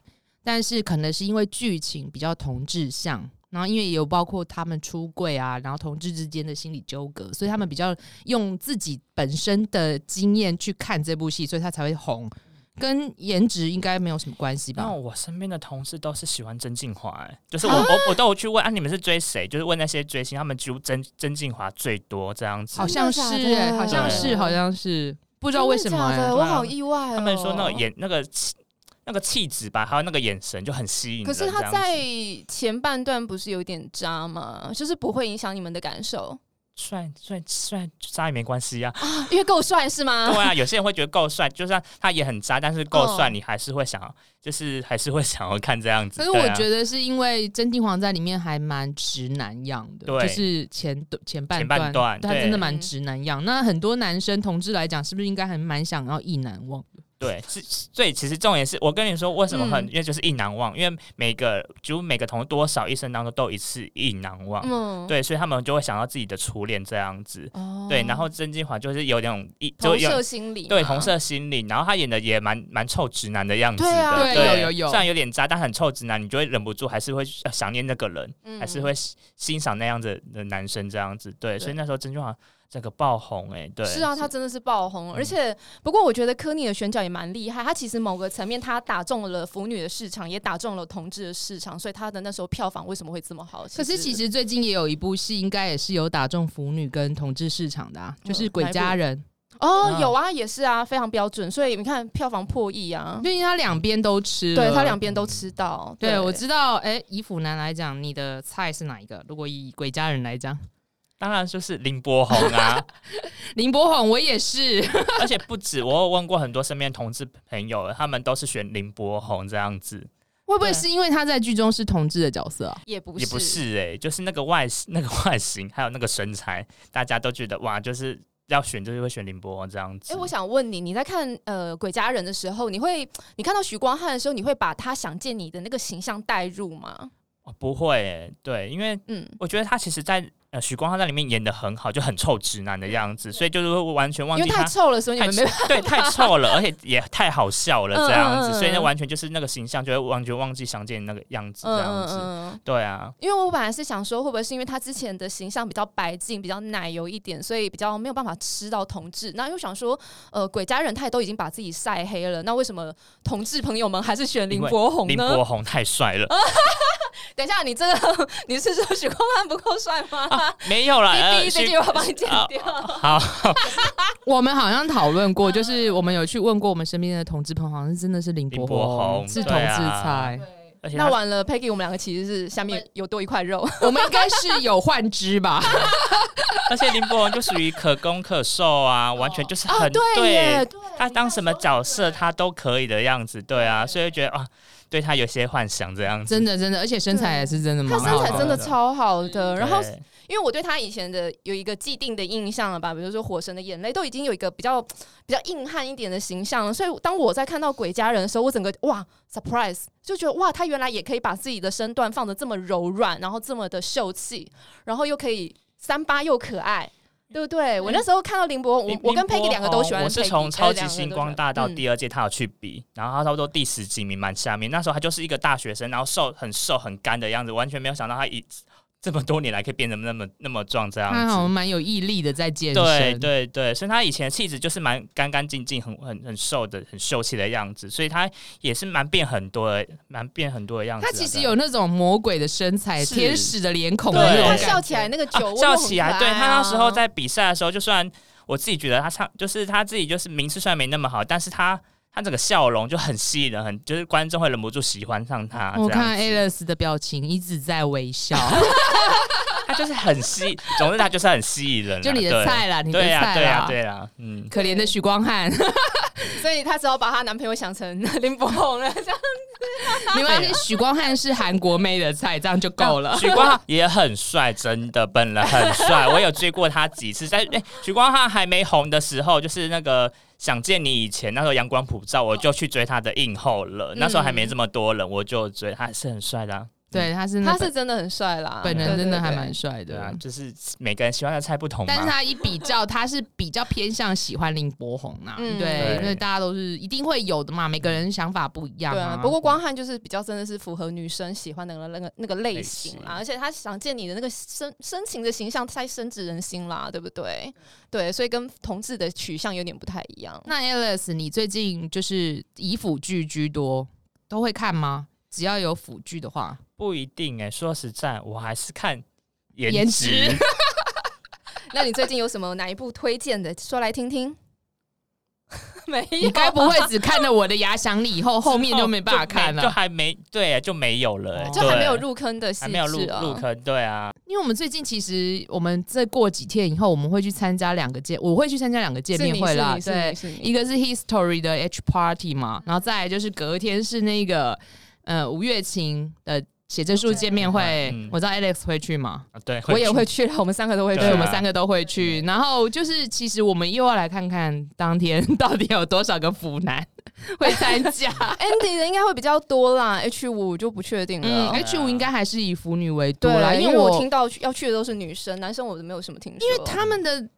但是可能是因为剧情比较同志向，然后因为也有包括他们出柜啊，然后同志之间的心理纠葛，所以他们比较用自己本身的经验去看这部戏，所以他才会红，跟颜值应该没有什么关系吧
那？
哦
我身边的同事都是喜欢曾静华、哎，就是我、我我都有去问啊，你们是追谁？就是问那些追星，他们几乎曾曾静华最多这样子
好。像是、
真的假
欸，
的
好像是，
对
好像是，不知道为什么、
真的假
欸
的
啊
我好意外、哦。
他们说那个，眼那个气那个气质吧，还有那个眼神就很吸引人。
可是他
这样子
在前半段不是有点渣吗？就是不会影响你们的感受，
帅帅帅渣也没关系啊。
因为够帅是吗？
对啊，有些人会觉得够帅，就算他也很渣，但是够帅，
嗯
你还是会想要，就是还是会想要看这样子。
可是我
对啊
觉得是因为真金黄在里面还蛮直男样的，
对
就是前前半
前半段
他
对
真的蛮直男样。那很多男生同志来讲，是不是应该还蛮想要意难忘？
对，是是所以其实重点是我跟你说，为什么很、
嗯
因为就是意难忘，因为每个几乎每个同多少一生当中都有一次意难忘，
嗯，
对，所以他们就会想到自己的初恋这样子。
哦
对，然后曾金华就是有那种一就
同
有
色心理嘛，
对红色心理，然后他演的也蛮蛮臭直男的样子
对啊
的，
对有有有
虽然有点渣，但很臭直男，你就会忍不住还是会呃想念那个人，
嗯
还是会欣欣赏那样子的男生这样子。对，所以那时候曾俊华整个爆红哎、对，
是啊，他真的是爆红，而且不过我觉得科尼的选角也蛮厉害，他其实某个层面他打中了腐女的市场，也打中了同志的市场，所以他的那时候票房为什么会这么好？
可是其实最近也有一部戏，应该也是有打中腐女跟同志市场的、啊，
嗯
就是《鬼家人》，
哦
啊
有啊，也是啊，非常标准，所以你看票房破亿啊，
因为他两边都吃了，
对他两边都吃到，
对我知道。哎、以腐男来讲，你的菜是哪一个？如果以《鬼家人》来讲，
当然就是林柏宏啊， <laughs>
林柏宏我也
<laughs>
是，
而且不止，我有问过很多身边同志朋友，他们都是选林柏宏这样子，
会不会
对
是因为他在剧中是同志的角色啊？
也不
也不是哎、就是那个外那个外形 <laughs> 还有那个身材，大家都觉得哇，就是要选就是会选林柏宏这样子。
哎、我想问你，你在看呃《鬼家人》的时候，你会你看到许光汉的时候，你会把他想见你的那个形象带入吗？
哦不会、欸，对，因为
嗯，
我觉得他其实在，呃许光汉在里面演的很好，就很臭直男的样子，所以就是会完全忘
因为
记
太
他。
臭了，所以你
太
们没办法
臭对，太臭了，而且也太好笑了，这样
嗯嗯嗯
子，所以那完全就是那个形象，就会完全忘记相见那个样子，这样子，
嗯
对啊，
因为我本来是想说，会不会是因为他之前的形象比较白净、比较奶油一点，所以比较没有办法吃到同志。那又想说，呃，鬼家人他也都已经把自己晒黑了，那为什么同志朋友们还是选林柏宏
林
呢？啊
柏宏太帅了，
等一下，你这个你是说许光汉不够帅吗？
没有啦，
第
呃
一这句
许
话帮你剪掉。
好，
我们好像讨论
嗯
过，就是我们有去问过我们身边的同志朋友，好像真的是林
林柏
宏
宏
是同
对
志
啊
菜，
而且
那
他
完了，Peggy，我们两个其实是下面有多一块肉。
我们应该是有换肢吧？
<laughs> 而且林柏宏就属于可攻可受啊，完全就是很
哦耶，
他当什么角色他都可以的样子，对啊，所以觉得啊，对他有些幻想这样子，
真的真的，而且身材也是真的
他
蛮
身
好
材真的
对
超好的，然后
对
因为我对他以前的有一个既定的印象了吧，比如说《火神的眼泪》都已经有一个比较比较硬汉一点的形象了，所以当我在看到《鬼家人》的时候，我整个哇 surprise 就觉得哇，他原来也可以把自己的身段放的这么柔软，然后这么的秀气，然后又可以三八又可爱，对不对？我那时候看到林柏宏，
嗯林
我我跟
林柏
Peggy 两个都喜欢 Peggy，
哦我是从超级星光大道
嗯
第二届他有去比，然后他差不多第十几名蛮下面，那时候他就是一个大学生，然后瘦很瘦很干的样子，完全没有想到他一这么多年来可以变得那么那么壮这样
他好像
子。
蛮有毅力的在健身，
对对对，所以他以前的气质就是蛮干干净净、很很很瘦的、很秀气的样子，所以他也是蛮变很多的，蛮变很多的样子啊。
他其实
对
有那种魔鬼的身材、
是
天使的脸孔
对，
的
因
那
为他
种感
笑起来那个酒窝、
啊
啊
笑起来，对他那时
啊
候
在。
在比赛的时候，就虽然我自己觉得他唱，就是他自己就是名次虽然没那么好，但是他他整个笑容就很吸引人，很就是观众会忍不住喜欢上他。
我
这样
看
子
Alice 的表情一直在微
<laughs>
笑，
他就是很吸，总之他就是很吸引人
<laughs>
啊，
就你的
对
菜啦，你的
对呀，
菜
对呀，
啦。
对呀，嗯，
可怜的许光
<laughs>
汉，
所以她只好把她男朋友想成 <laughs> 林柏宏了，这样
没关系，许光汉是韩国妹的菜，这样就够
<laughs>
了。
许光汉也很帅，真的，本人很帅，我有追过他几
<laughs>
次。在哎，许、光汉还没红的时候，就是那个《想见你》以前，那时候阳光普照，我就去追他的映后
嗯
了。那时候还没这么多人，我就追，他还是很帅的、啊。
对，他是那
他是真的很帅啦，
本人
对
真的还。蛮
对对
帅
对
的
啊，，就是每个人喜欢的菜不同嘛。
但是他一比较，他是比较偏向喜欢林柏宏啊，
嗯
对
对，
因为大家都是一定会有的嘛，每个人想法不一样
对
啊
啊，。不过光汉就是比较真的是符合女生喜欢的那个那个那个类型
类
啦，
型
而且他想见你的那个深深情的形象太深植人心啦，对不对？对，所以跟同志的取向有点不太一样。
那 Alice，你最近就是以腐剧居多，都会看吗？只要有腐剧的
<laughs>
话，
不一定哎、说实在，我还是看颜值。
颜值
那你最近有什么哪一部推荐的？说来听听。 <laughs> 没有，
你该不会只看了我的牙想你以
<laughs>
后，后面就没办法看啊
就
了？
还没对、就没有了、欸，
就还没有
啊
对。
入坑的戏
还没有入
致啊？
入坑，对啊，
因为我们最近其实，我们再过几天以后，我们会去参加两个见，我会去参加两个见
是你
面会啦。
是
对
你，是你是你
一个是 History 的 H Party 嘛，然后再来就是隔天是那个呃吴月琴的写真书见面会，
嗯
我知道 Alex 会去嘛，
啊对，
我也
去
会去了，我们三个都会去
对，
啊
<laughs> 我们三个都会去。然后就是，其实我们又要来看看当天到底有多少个腐男会参
<laughs>
加。
<laughs>
哎
Andy 的应该会比较多啦，H 五就不确定
嗯
了。
，H
啊
五应该还是以腐女为多
对
啦，
啦，
因
因
为
为
我
我听到要去的都是女生，男生我都没有什么听说。因为
他们的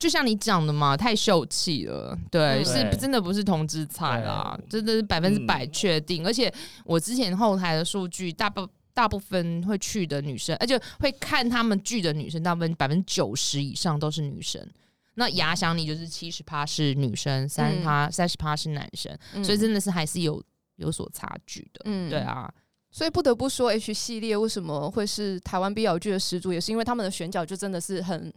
就像你讲的嘛，太秀气了，对，
嗯
是
对
真的不是同志菜啦，
对
真的是百分之百确定。而且我之前后台的数据，大部大部分会去的女生，而且会看他们剧的女生，大部分百分之九十以上都是女生。那牙想你就是七十趴是女生，三十趴三十趴是男生，所以真的是还是有有所差距的。
嗯
对，啊，
所以不得不说 H 系列为什么会是台湾 BL 剧的始祖，也是因为他们的选角就真的是很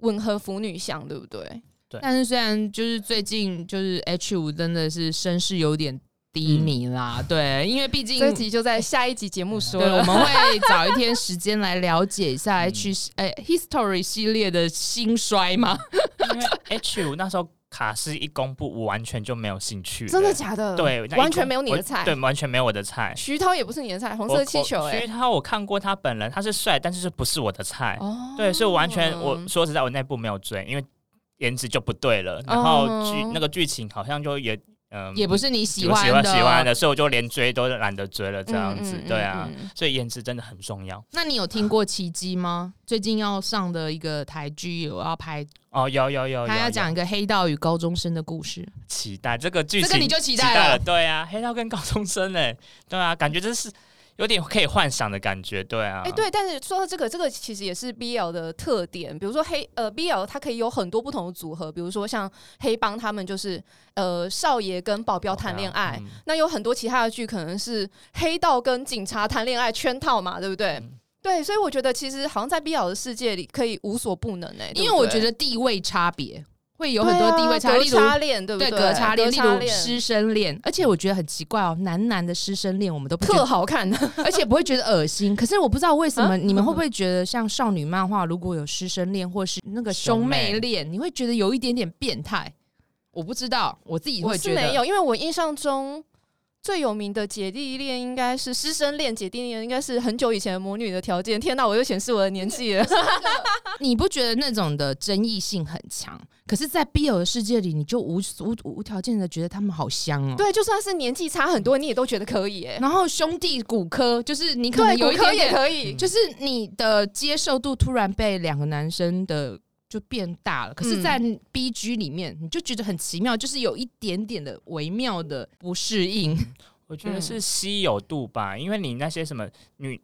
吻合腐女向，对不对？
但是虽然就是最近就是 H 五真的是声势有点低迷啦，对，因为毕竟
这一集就在下一集节目说
对我
了。
们会找一天时间来了解一下
嗯
H 哎、History 系列的兴衰嘛，
因为 H 五那时候卡斯一公布，我完全就没有兴趣了，
真的假的？
对，那一
完全
公
没有你的
我
菜
对，完全没有我的菜。
徐涛也不是你的菜，红
我
色气球
我
哎、
徐涛我看过他本人，他是帅，但是就不是我的菜。
哦嗯
对，所以我完全我说实在，我那部没有追，因为颜值就不对了，然后剧、
哦
那个剧情好像就也嗯、
也不是你
喜
喜
欢喜
欢的。
喜欢的，所以我就连追都懒得追了，这样子，
嗯嗯嗯
对啊，
嗯
所以颜值真的很重要
那你有听过奇迹吗？最近要上的一个台剧，有要拍，
哦，有有有，
他
有
要
有
讲一个黑道与高中生的故事。
期待这个剧
这
情，
个你
哦
就期待
待
了
对啊，黑道跟高中生哎、对啊，感觉这是有点可以幻想的感觉，对啊，
哎、，对，但是说到这个，这个其实也是 BL 的特点。比如说黑呃 BL，它可以有很多不同的组合，比如说像黑帮他们就是呃少爷跟保镖谈恋爱，
嗯
那有很多其他的剧可能是黑道跟警察谈恋爱圈套嘛，对不对？
嗯
对，所以我觉得其实好像在 BL 的世界里可以无所不能哎、
因为
对不
我
对
觉得地位差别会有很多地位差，
对啊
例
隔
如
差恋，对不
对
对？
隔差恋，
恋，
例如师生恋，而且我觉得很奇怪哦，男男的师生恋我们都不觉得
特 <laughs> 好看的，
而且不会觉得恶心。可是我不知道为什么，
啊
你们会不会觉得像少女漫画如果有师生恋或是那个兄妹恋，你会觉得有一点点变态？我不知道， <laughs> 我自己
我
会
是
觉
没
得。
有，因为我印象中最有名的姐弟恋应该是师生恋，姐弟恋应该是很久以前的魔女的条件。天哪，我又显示我的
<laughs>
年纪了。
你不觉得那种的争议性很强？可是，在 BL 的世界里，你就无无无条件的觉得他们好香哦。
对，就算是年纪差很多，你也都觉得可以耶。
然后兄弟骨科就是你可能
对，
有
骨
一
科
点
也
点，
可以。
就是你的接受度突然被两个男生的就变大了。可
嗯
是，在 B G 里面，你就觉得很奇妙，就是有一点点的微妙的不适应。 <laughs>
我觉得
嗯
是稀有度吧，因为你那些什么女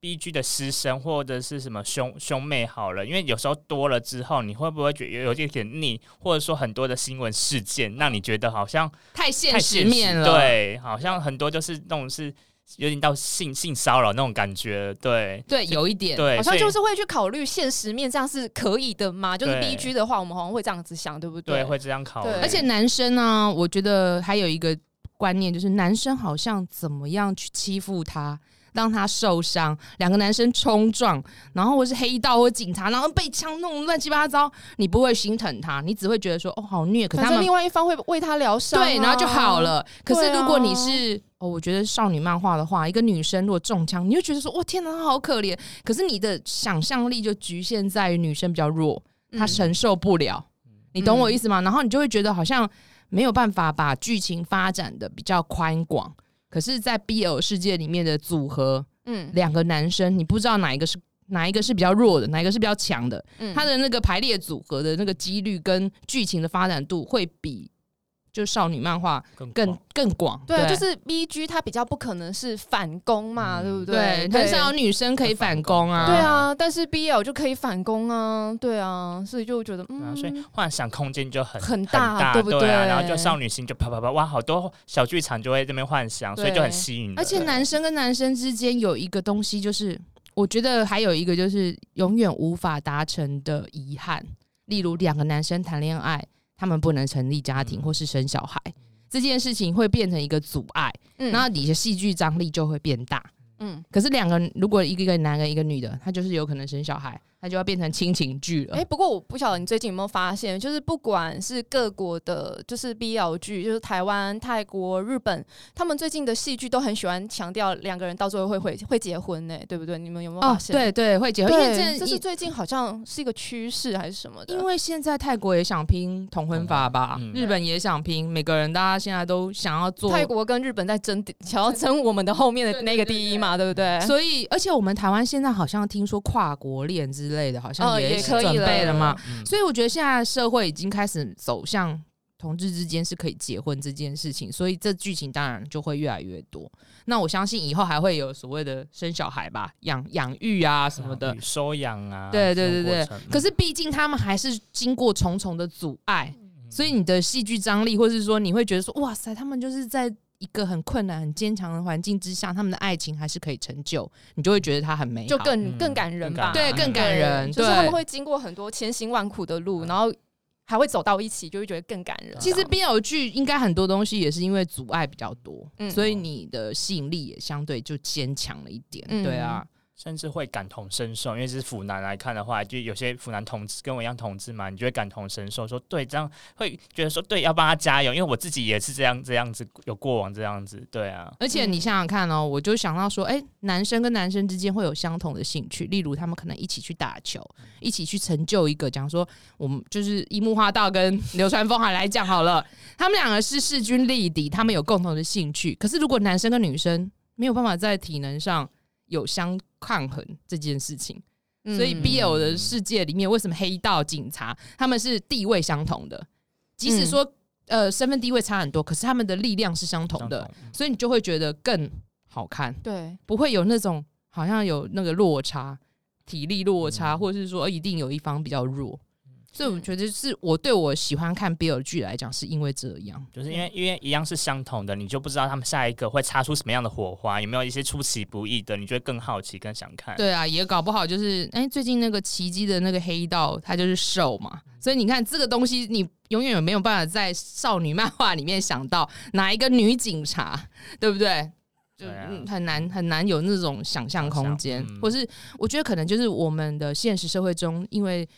B G 的师生或者是什么兄兄妹好了，因为有时候多了之后，你会不会觉得有有一点腻，或者说很多的新闻事件让你觉得好像
太
太
现实
现
面了，，
对，好像很多就是那种是有点到性性骚扰那种感觉，对
对，有一点，
对，
好像
哎所以
就是会去考虑现实面，这样是可以的吗？就是
对
B G 的话，我们好像会这样子想，对不
对会这样考虑，
对
而且男生呢、我觉得还有一个观念，就是男生好像怎么样去欺负他，让他受伤。两个男生冲撞，然后或是黑道或警察，然后被枪弄乱七八糟，你不会心疼他，你只会觉得说哦好虐。可是
反
他
正
们
另外一方会为他疗伤啊、
对，然后就好了。可是
对啊
如果你是、哦，我觉得少女漫画的话，一个女生如果中枪，你就觉得说哇天哪，她好可怜。可是你的想象力就局限在于女生比较弱，
嗯。
他承受不了，你懂我意思吗？然后你就会觉得好像没有办法把剧情发展的比较宽广。可是，在 BL 世界里面的组合，
嗯
两个男生，你不知道哪一个是哪一个是比较弱的，哪一个是比较强的，
嗯
他的那个排列组合的那个几率跟剧情的发展度会比就少女漫画
更
更
广
更广。
对啊，就是 B G 它比较不可能是反攻嘛，
嗯
对不
对，
对，
很少有女生可以反攻啊。
对啊，但是 B L 就可以反攻啊，对啊，所以就觉得
对啊，
嗯，
所以幻想空间就很
很大
大，
对不对
啊？然后就少女心就啪啪啪，哇，好多小剧场就会这边幻想，所以就很吸引人。
而且男生跟男生之间有一个东西，就是我觉得还有一个就是永远无法达成的遗憾，例如两个男生谈恋爱，他们不能成立家庭
嗯
或是生小孩，这件事情会变成一个阻碍，
嗯
那你的戏剧张力就会变大。
嗯，
可是两个人如果一个一个男的，一个女的，他就是有可能生小孩，他就要变成亲情剧了。
哎、不过我不晓得你最近有没有发现，就是不管是各国的，就是 BL 剧，就是台湾、泰国、日本，他们最近的戏剧都很喜欢强调两个人到最后会会会结婚呢、对不对？你们有没有发
哦，
现？
对对，会结婚，因为
对，
这
这是最近好像是一个趋势还是什么的？
因为现在泰国也想拼同婚法吧，
嗯
日本也想拼，每个人大家现在都想要做
泰国跟日本在争，想要争我们的后面的那个第一嘛，对不对？
所以，而且我们台湾现在好像听说跨国恋之类的，好像
哦也
是
可以
准备
了
了嘛。
嗯
所以我觉得现在社会已经开始走向同志之间是可以结婚这件事情，所以这剧情当然就会越来越多。那我相信以后还会有所谓的生小孩吧，养养育啊什么的。
与收养啊，
对对对
这
对
种过程
可是毕竟他们还是经过重重的阻碍，
嗯
所以你嗯的戏剧张力，或是说你会觉得说，哇塞，他们就是在一个很困难、很坚强的环境之下，他们的爱情还是可以成就，你就会觉得它很美好，
就更
嗯
更感人吧，
更感人对更
感人
就是
对
他们会经过很多千辛万苦的路，然后还会走到一起，就会觉得更感人。
其实 BL 剧应该很多东西也是因为阻碍比较多，
嗯
所以你的吸引力也相对就坚强了一点。
嗯
对啊，
甚至会感同身受，因为是腐男来看的话，就有些腐男同志跟我一样同志嘛，你就会感同身受，说对，这样会觉得说对，要帮他加油，因为我自己也是这样这样子，有过往这样子，对啊，
而且你想想看哦，
嗯
我就想到说，哎、男生跟男生之间会有相同的兴趣，例如他们可能一起去打球，
嗯
一起去成就一个，讲说我们就是樱木花道跟流川枫海来讲好
<laughs>
了，他们两个是势均力敌，他们有共同的兴趣。可是如果男生跟女生没有办法在体能上有相抗衡这件事情，
嗯，
所以 BL 的世界里面，为什么黑道警察他们是地位相同的？即使说、呃身份地位差很多，可是他们的力量是相同的，
相同
所以你就会觉得更好看，
对，
不会有那种好像有那个落差，体力落差，
嗯
或者是说一定有一方比较弱。所以我觉得是我对我喜欢看 BL 剧来讲，是因为这样。
就是因为因为一样是相同的，你就不知道他们下一个会擦出什么样的火花，有没有一些出其不意的，你就会更好奇、更想看。
对啊，也搞不好就是哎、最近那个奇迹的那个黑道，他就是瘦嘛，
嗯
所以你看这个东西，你永远没有办法在少女漫画里面想到哪一个女警察，对不对？就、
对啊
嗯很难很难有那种想象空间
想，象嗯
或是我觉得可能就是我们的现实社会中，因为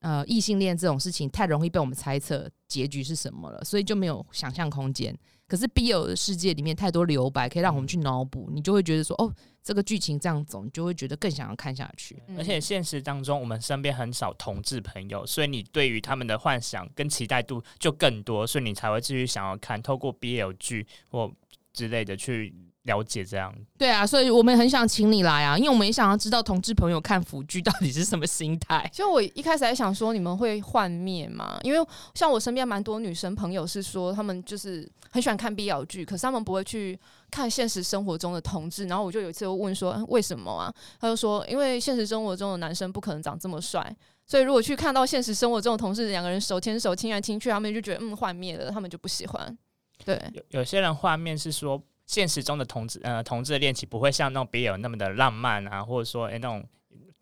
呃异性恋这种事情太容易被我们猜测结局是什么了，所以就没有想象空间。可是 BL 的世界里面太多留白，可以让我们去脑补，你就会觉得说，哦，这个剧情这样走，你就会觉得更想要看下去。
嗯
而且现实当中，我们身边很少同志朋友，所以你对于他们的幻想跟期待度就更多，所以你才会继续想要看，透过 BL 剧或之类的去了解这样。
对啊，所以我们很想请你来啊，因为我们也想要知道同志朋友看腐剧到底是什么心
<laughs>
态。
其实我一开始还想说你们会幻灭吗？因为像我身边蛮多女生朋友是说，她们就是很喜欢看 BL 剧，可是她们不会去看现实生活中的同志。然后我就有一次又问说嗯为什么啊？她就说因为现实生活中的男生不可能长这么帅，所以如果去看到现实生活中的同事两个人手牵手亲来亲去，他们就觉得嗯幻灭了，他们就不喜欢。对，
有有些人画面是说，现实中的同志呃同志的恋情不会像那种别有那么的浪漫啊，或者说诶那种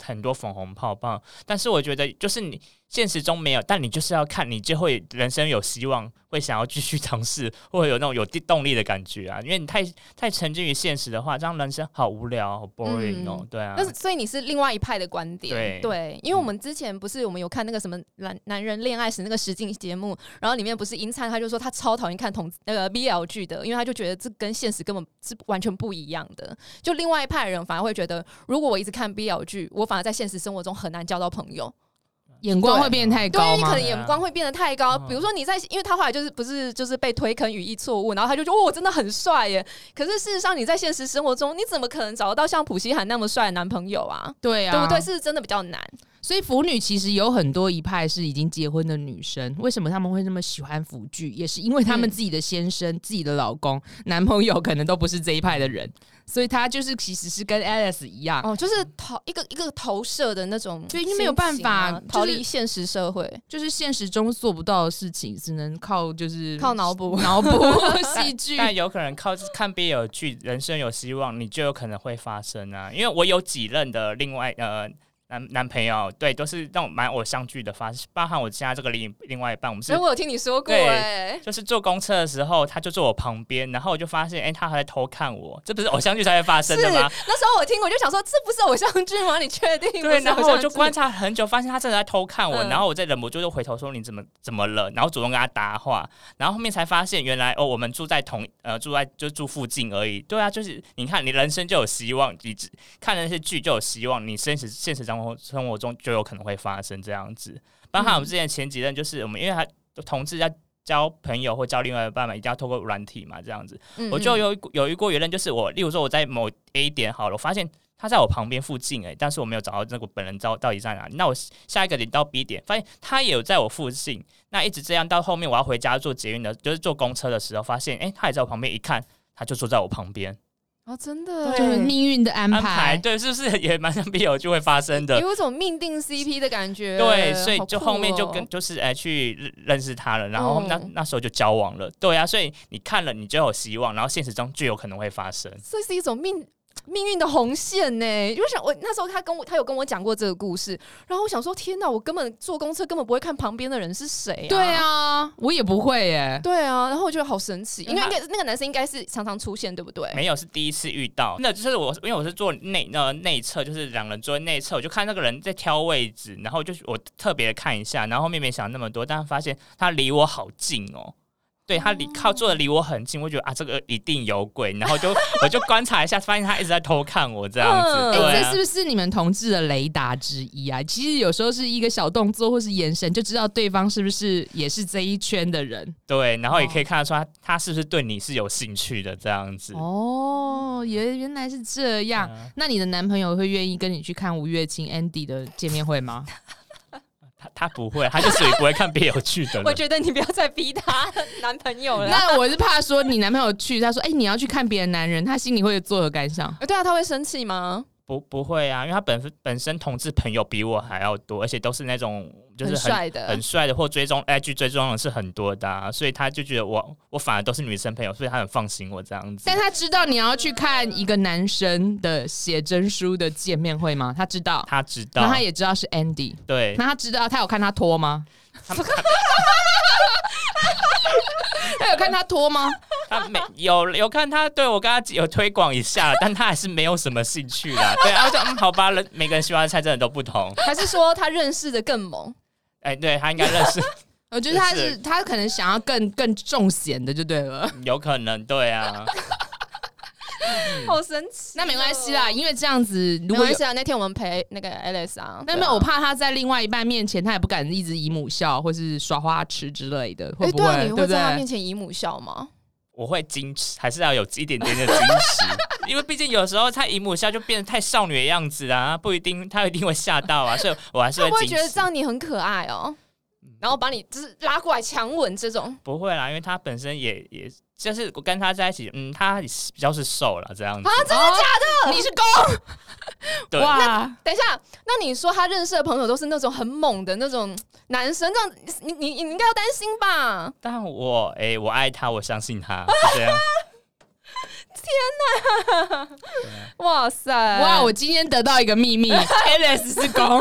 很多粉红泡泡。但是我觉得，就是你现实中没有，但你就是要看，你就会人生有希望，会想要继续尝试， <laughs> 或者有那种有地动力的感觉啊。因为你太太沉浸于现实的话，这样人生好无聊，好 boring 哦。
嗯
对啊
但，是，所以你是另外一派的观点，
对
因为我们之前不是我们有看那个什么男男人恋爱时那个实境节目，然后里面不是英灿他就说他超讨厌看同那个 BL 剧的，因为他就觉得这跟现实根本是完全不一样的。就另外一派人反而会觉得，如果我一直看 BL 剧，我反而在现实生活中很难交到朋友，
眼光会变得太高
对啊你可
吗
能？眼光会变得太高。
嗯
比如说你在，因为他后来就是不是就是被推坑语义错误，然后他就觉得哦，我真的很帅耶。可是事实上你在现实生活中，你怎么可能找得到像普希涵那么帅的男朋友啊？
对啊，
对不对？？是真的比较难。
所以腐女其实有很多一派是已经结婚的女生，为什么她们会那么喜欢腐剧？也是因为她们
嗯
自己的先生、自己的老公、男朋友可能都不是这一派的人，所以她就是其实是跟 Alice 一
啊
样，
哦，就是投一个一个投射的那种心情
对
啊，
因为没有办法就是
逃离现实社会。
就是现实中做不到的事情，只能靠就是
靠脑补
脑
<laughs>
补戏剧。
<laughs> 但有可能靠看 BL 剧，人生有希望，你就有可能会发生啊。因为我有几任的另外呃男男朋友，对，都是那种蛮偶像剧的发，包含我现在这个另另外一半，我们是
所以我有听你说过、
对
哎，
就是坐公车的时候，他就坐我旁边，然后我就发现，哎、他还在偷看我，这不是偶像剧才会发
是
生的吗？
那时候我听，我就想说，这不是偶像剧吗？你确定？不
对，
是
然
偶
后我
像
就
剧
观察很久，发现他真的在偷看我，
嗯
然后我再忍不住就回头说你怎么怎么了，然后主动跟他搭话，然后后面才发现原来哦，我们住在同呃住在就住附近而已。对啊，就是你看你人生就有希望，你只看了那些剧就有希望，你现实现实生活生活中就有可能会发生这样子。包含我们之前前几任就是我们因为他同志要交朋友或交另外一半嘛，一定要透过软体嘛这样子。
嗯
我就
嗯
有一股有一过原任，就是我，例如说我在某 A 点好了，我发现他在我旁边附近、欸，但是我没有找到那个本人到到底在哪里。那我下一个点到 B 点，发现他也有在我附近，那一直这样到后面我要回家坐捷运的，就是坐公车的时候，发现哎、欸他也在我旁边，一看他就坐在我旁边，
哦，真的
就是
哎。
命运的安
安排对，是不是也蛮像 B 友就会发生的？
有一种命定 CP 的感觉，
对，所以
好
就
酷
后面就
哦
跟就是哎、去认认识他了，然后那、
嗯
那时候就交往了，对啊，所以你看了你就有希望，然后现实中就有可能会发生。
这是一种命命运的红线呢。就想我那时候他跟我他有跟我讲过这个故事，然后我想说天哪，我根本坐公车根本不会看旁边的人是谁、啊，
对啊，我也不会耶、
<laughs> 对啊，然后我觉得好神奇，因为
因为
应
他
该那个男生应该是常常出现，对不对？
没有，是第一次遇到。那就是我，因为我是坐内呃内侧，就是两人坐内侧，我就看那个人在挑位置，然后就是我特别看一下，然后后面没想那么多，但发现他离我好近哦。对他离靠坐的离我很近，我就觉得啊，这个一定有鬼，然后就我就观察一下，发现他一直在偷看我这样子。
嗯
哎、
对、
这
啊
是，不是你们同志的雷达之一啊？其实有时候是一个小动作或是眼神，就知道对方是不是也是这一圈的人。
对，然后也可以看得出他他是不是对你是有兴趣的这样子。
哦，原原来是这
对
样。
啊
那你的男朋友会愿意跟你去看吴月清 Andy 的见面会
<laughs>
吗？
他他不会，他就属于不会看别有
<laughs>
趣的
我
人。
觉得你不要再逼他 <laughs> 男朋友
啊
了。
那我是怕说你男朋友去，他说：“哎、你要去看别的男人。”他心里会有作何感想？
呃对啊，他会生气吗？
不不会啊，因为他本本身同志朋友比我还要多，而且都是那种就是很
帅的
很，帅的，或追踪 IG 追踪的是很多的啊、所以他就觉得我我反而都是女生朋友，所以他很放心我这样子
但。他知道你要去看一个男生的写真书的见面会吗？他知道，
他知
然
道
后，他也知道是 Andy。
对
那他知道他有看他脱吗？<laughs>
他
他有看他脱吗？
他没有有看他对我跟他有推广一下，但他还是没有什么兴趣啦。对，然后就嗯，好吧，人每个人喜欢的菜真的都不同。
还是说他认识的更猛？
哎、对他应该认识，
<laughs>
<laughs>
我觉得他
是
是他可能想要更更重显的就对了。
有可能对啊。
好神奇哦！
<laughs> 那没关系啦，因为这样子如
没
果
关
有。
系啊。那天我们陪那个 Alice 啊，
那
对
没
啊
有，我。怕他在另外一半面前，他也不敢一直以母笑或是耍花痴之类的，
哎，
会不
对啊，
会？
你
对不
会在他面
对？
前姨母笑吗？
我会矜持，还是要有一点点的矜持， <laughs> 因为毕竟有时候他姨母笑就变得太少女的样子啊，不一定他一定会吓到啊，所以我还是
他不会
矜
觉得
持
这。样你很可爱哦、
嗯
然后把你就是拉过来强吻这种，
不会啦，因为他本身也也就是我跟他在一起，嗯，他比较是瘦了这
啊
样子。
真的假的？你是公？
对
哇，
等一下，那你说他认识的朋友都是那种很猛的那种男生，这样你你你应该要担心吧？
但我哎、我爱他，我相信他，是
<laughs>
这样。
哇塞，
哇！我今天得到一个秘 <laughs> 密，Alice 是公。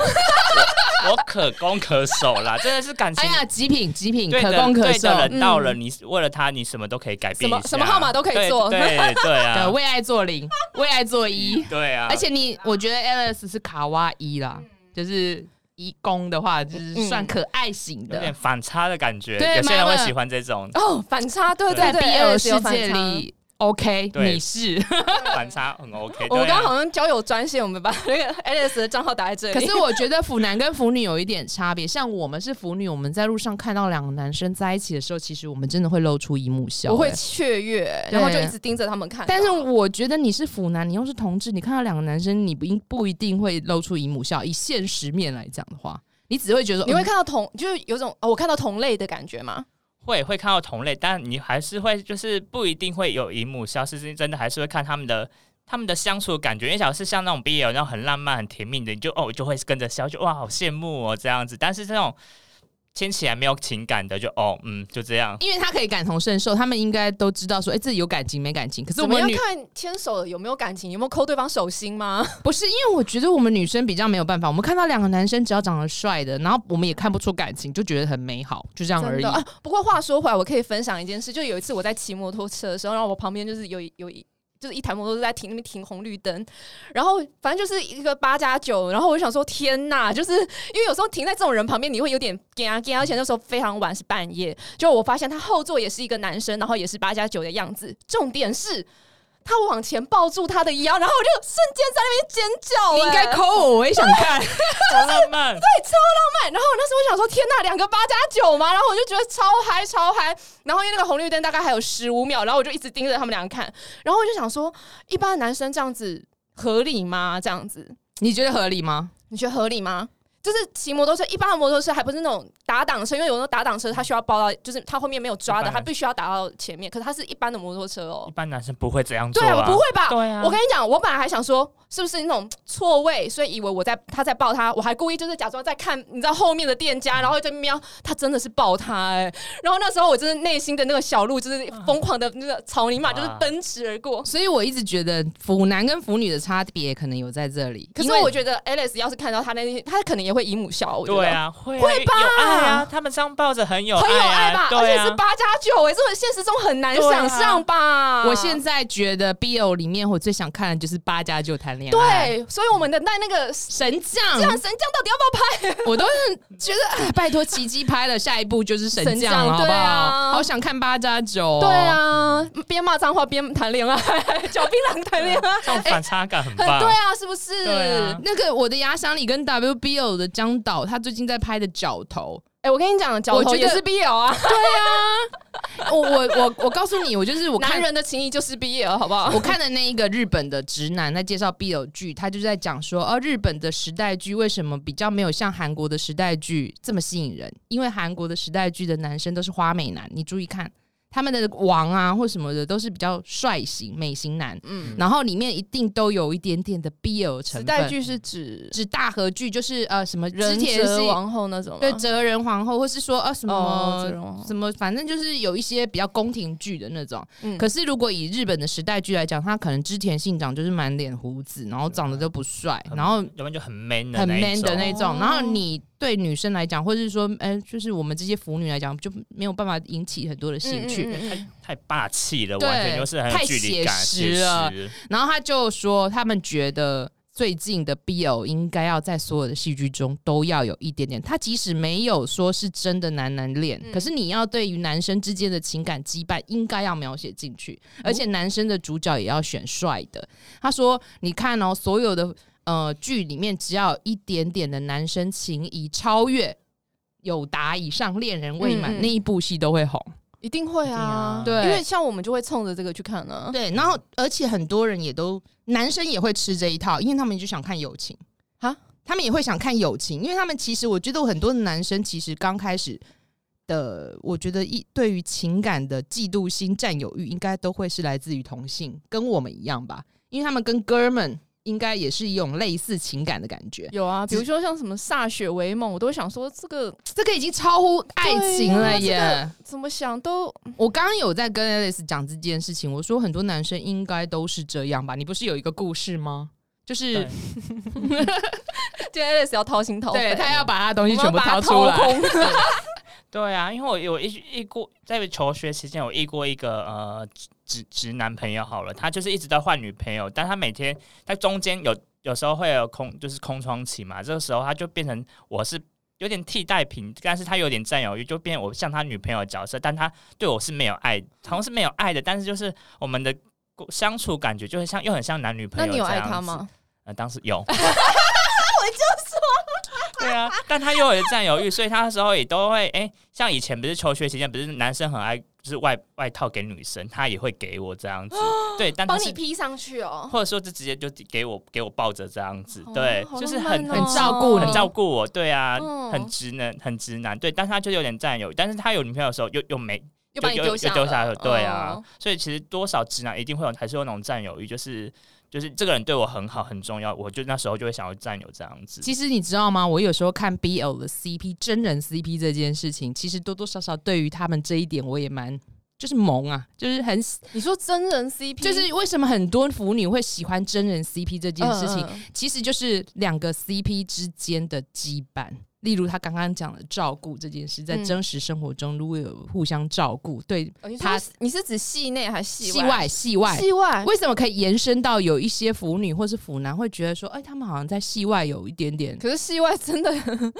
我可攻可守啦，真的是感情
哎。呀，极品极品，
对
可
的
攻可
对
守，
的人到
嗯
了，你为了他，你什么都可以改
什
变
么
一下
什么号码都可以
对
做
对对对
对，
啊，
为爱做零，为爱做一。
对
哎
啊，
而且你，我觉得 Alice 是卡哇伊啦，就是一公的话，就是算可爱型
有
啊
的。
点反差的感觉，
对
有些人会
妈妈
喜欢这种
哦，反差，对对
在
对
BL
，Alice 有
世
反
界
差
里，OK，
对
你是。
<laughs> 反差，很 OK
我
对啊。
们刚刚好像交友专线，我们把那个 Alice 的账号打在这里。
可是我觉得腐男跟腐女有一点差别，像我们是腐女，我们在路上看到两个男生在一起的时候，其实我们真的会露出一幕笑、
我会
欸
雀跃，
对
然后就一直盯着他们看。
但是我觉得你是腐男，你又是同志，你看到两个男生，你不一不一定会露出姨母笑。以现实面来讲的话，你只会觉得说
你会
嗯
看到同，就是有种、哦、我看到同类的感觉吗？
会会看到同类，但你还是会就是不一定会有姨母消失，是真的还是会看他们的他们的相处的感觉。因为小是像那种 BL 那种很浪漫、很甜蜜的，你就哦就会跟着笑，就哇好羡慕哦这样子。但是这种牵起来没有情感的，就哦嗯就这样。
因为他可以感同身受，他们应该都知道说，哎、这有感情没感情。可是我
怎么
们
要
女
看牵手有没有感情，有没有抠对方手心吗？
不是，因为我觉得我们女生比较没有办法，我们看到两个男生只要长得帅的，然后我们也看不出感情，就觉得很美好，就这样而
真
已
的。啊。不过话说回来，我可以分享一件事，就有一次我在骑摩托车的时候，然后我旁边就是有一有一。就是一台摩托车在停那边停红绿灯，然后反正就是一个八加九，然后我就想说天呐，就是因为有时候停在这种人旁边，你会有点干干，而且那时候非常晚，是半夜。就我发现他后座也是一个男生，然后也是八加九的样子。重点是他往前抱住他的腰，然后我就瞬间在那边尖叫、
你应该
哎
抠我，我也想
<laughs>
看。
好浪漫，
慢然后我那时候我想说，天呐，两个八加九吗？然后我就觉得超嗨超嗨。然后因为那个红绿灯大概还有十五秒，然后我就一直盯着他们两个看。然后我就想说，一般的男生这样子合理吗？这样子
你觉得合理吗？
你觉得合理吗？就是骑摩托车，一般的摩托车还不是那种打挡车，因为有那种打挡车，它需要包到，就是它后面没有抓的，
一般
它必须要打到前面。可是它是一般的摩托车哦
一，般男生不会这样做
对啊，我
啊，
不会吧？
对啊
我跟你讲，我本来还想说是不是那种错位，所以以为我在他在抱他，我还故意就是假装在看，你知道后面的店家，然后在瞄，他真的是抱他哎、
嗯
然后那时候我真的内心的那个小鹿就是疯狂的那个草泥马，
啊
就是嗯奔驰而过。
所以我一直觉得腐男跟腐女的差别可能有在这里。
可是
因为
我觉得 Alice 要是看到他那天，他可能也会姨母笑，我觉得。
对啊，会啊会吧？有爱啊，他们这样抱着很有
很有
爱
爱
啊
吧，，而
对
且是
啊，
八加九哎，这个现实中很难
对啊
想象吧？
我现在觉得 BL 里面我最想看的就是八加九谈恋爱，，
哎
对，所以我们的那那个
神
这
嗯
样
将，
神将到底要不要拍？
我都是觉得哎拜托奇迹拍了，下一步就是神
神
将
将
了，好不
对
好？
啊
好想看八加九、
对，啊，边骂脏话边谈恋爱，嚼槟榔谈恋爱，
这种反差感很
哎很
棒，
对啊，是不是？
对啊
那个我的牙想里跟 WBO 的江导，他最近在拍的《角头 <laughs>
哎、我跟你讲，角
我觉
头
得
也是 BL 啊，》，
我我我我告诉你，我就是我
男
看
人的情谊就是 BL，好不好？
<laughs> 我看的那一个日本的直男在介绍 BL 剧，他就在讲说，哦，日本的时代剧为什么比较没有像韩国的时代剧这么吸引人？因为韩国的时代剧的男生都是花美男，你注意看他们的王啊或什么的都是比较帅型美型男，
嗯，
然后里面一定都有一点点的 BL 成
时
分。
代剧是指
指大和剧就是呃什么织
人
田
蛇
信
王后那种吗，
对哲人皇后，或是说呃什么、
哦，哲人王后
什么，反正就是有一些比较宫廷剧的那种。
嗯
可是如果以日本的时代剧来讲，他可能织田信长就是满脸胡子，然后
啊
长得都不帅，
很
然后
要不然就很 man 的
很
那一
man 的那
种
种。然后你对女生来讲，或是说，哎、就是我们这些腐女来讲，就没有办法引起很多的兴趣。
嗯嗯嗯嗯
太霸气了，
对
完全就是很有
太
距离感，
写
写
实了
实
然后他就说，他们觉得最近的 BL 应该要在所有的戏剧中都要有一点点。他即使没有说是真的男男恋，
嗯
可是你要对于男生之间的情感羁绊应该要描写进去，
嗯
而且男生的主角也要选帅的。他说，你看哦，所有的呃剧里面只要有一点点的男生情谊超越。有达以上恋人未满、
嗯嗯
那一部戏都会红，
一定会
一定
啊
啊，
对
因为像我们就会冲着这个去看呢、啊。
对，然后而且很多人也都男生也会吃这一套，因为他们就想看友情
啊，
他们也会想看友情，因为他们其实我觉得很多的男生其实刚开始的，我觉得一对于情感的嫉妒心、占有欲，应该都会是来自于同性，跟我们一样吧，因为他们跟哥们应该也是一种类似情感的感觉，
有啊，
只
比如说像什么歃血为盟，我都会想说这个
这个已经超乎爱情了耶。
对啊怎么想都
我刚刚有在跟 Alice 讲这件事情，我说很多男生应该都是这样吧？你不是有一个故事吗？就是
对
今天 Alice 要掏心掏肺，
对他要把他的东西
我
全
们要
部
把它
掏出来
掏。空。
对啊，因为我有遇遇过，在求学期间有遇过一个呃直直直男朋友，好了，他就是一直在换女朋友，但他每天他中间有有时候会有空，就是空窗期嘛，这个时候他就变成我是有点替代品，但是他有点占有欲，就变我像他女朋友的角色，但他对我是没有爱，好像是没有爱的，但是就是我们的相处感觉就会像又很像男女朋
那
友。
你有爱他？吗？
呃，当时有，
<laughs>
我就说，对啊，但他又有占有欲，所以他那时候也都会，哎、像以前不是求学期间，不是男生很爱就是外外套给女生，他也会给我这
<gasps>
样子，对，但他
帮你
是
披上去哦。
或者说就直接就给我给我抱着这样子，对，
哦
就是很
好
很
浪漫哦
很照顾
很照顾我，对啊，
嗯
很直男，很直男，对，但是他就有点占有，但是他有女朋友的时候又又没
又把你
又
丢下
又丢下了，对啊，
哦
所以其实多少直男一定会有，还是有那种占有欲，就是就是这个人对我很好很重要，我就那时候就会想要占有这样子。
其实你知道吗？我有时候看 BL 的 CP 真人 CP 这件事情，其实多多少少对于他们这一点，我也蛮就是萌啊，就是很
你说真人 CP
就是为什么很多腐女会喜欢真人 CP 这件事情，
嗯嗯
其实就是两个 CP 之间的羁绊。例如他刚刚讲的照顾这件事，在
嗯
真实生活中如果有互相照顾，对
哦你说
他
是你是指戏内还是戏
戏外戏外
戏外
为什么可以延伸到有一些腐女或是腐男会觉得说，哎、他们好像在戏外有一点点。
可是戏外真的 <laughs>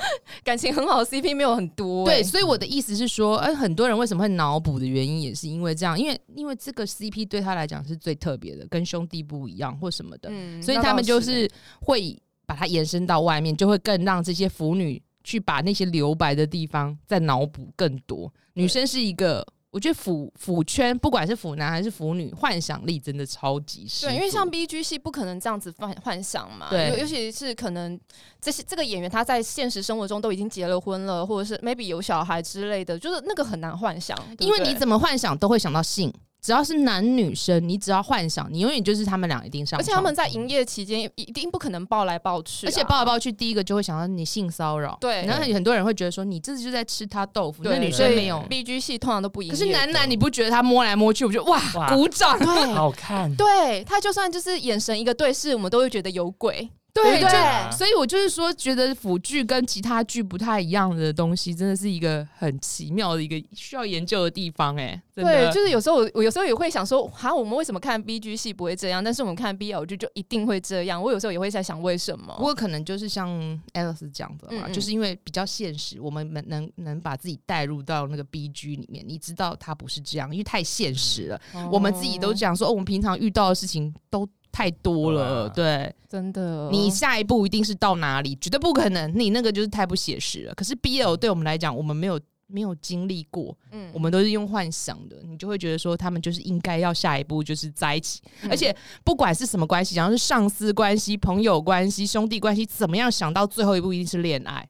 感情很好的 CP 没有很多、
对，
欸，
所以我的意思是说，哎、很多人为什么会脑补的原因也是因为这样，因为因为这个 CP 对他来讲是最特别的，跟兄弟不一样或什么的，
嗯
所以他们就是会把它延伸到外面，就会更让这些腐女去把那些留白的地方再脑补更多。女生是一个，我觉得腐腐圈不管是腐男还是腐女，幻想力真的超级十足。
对，因为像 B G 系不可能这样子幻幻想嘛，
对
尤尤其是可能这些这个演员他在现实生活中都已经结了婚了，或者是 maybe 有小孩之类的，就是那个很难幻想，对
因为
不
你
对
怎么幻想都会想到性，只要是男女生，你只要幻想，你永远就是他们俩一定上床，
而且他们在营业期间一定不可能抱来抱去啊、
而且抱来抱去，第一个就会想到你性骚扰，
对
然后很多人会觉得说你这就在吃他豆腐，
对
那女生没有
对，
B G 系通常都不营业
可
的，
是
<laughs>
男男你不觉得他摸来摸去，我就哇
哇
鼓掌，
对
好看，
对他就算就是眼神一个对视，我们都会觉得有鬼，
对
对
就
啊
所以我就是说，觉得腐剧跟其他剧不太一样的东西，真的是一个很奇妙的一个需要研究的地方、哎，真的
对，就是有时候我我有时候也会想说，哈，我们为什么看 B G 系不会这样，但是我们看 B L 剧就一定会这样？我有时候也会在想为什
不
么。
过可能就是像 Alice 讲的嘛，
嗯嗯
就是因为比较现实，我们能能能把自己带入到那个 BG 里面，你知道它不是这样，因为太现实了。我们自己都讲说，哦，我们平常遇到的事情都太多了，
哇
对啊
真的，哦
你下一步一定是到哪里，绝对不可能，你那个就是太不写实了。可是 BL 对我们来讲，我们没有。没有经历过，
嗯
我们都是用幻想的，你就会觉得说他们就是应该要下一步就是在一起，而且不管是什么关系，然后是上司关系、朋友关系、兄弟关系，怎么样想到最后一步一定是恋爱。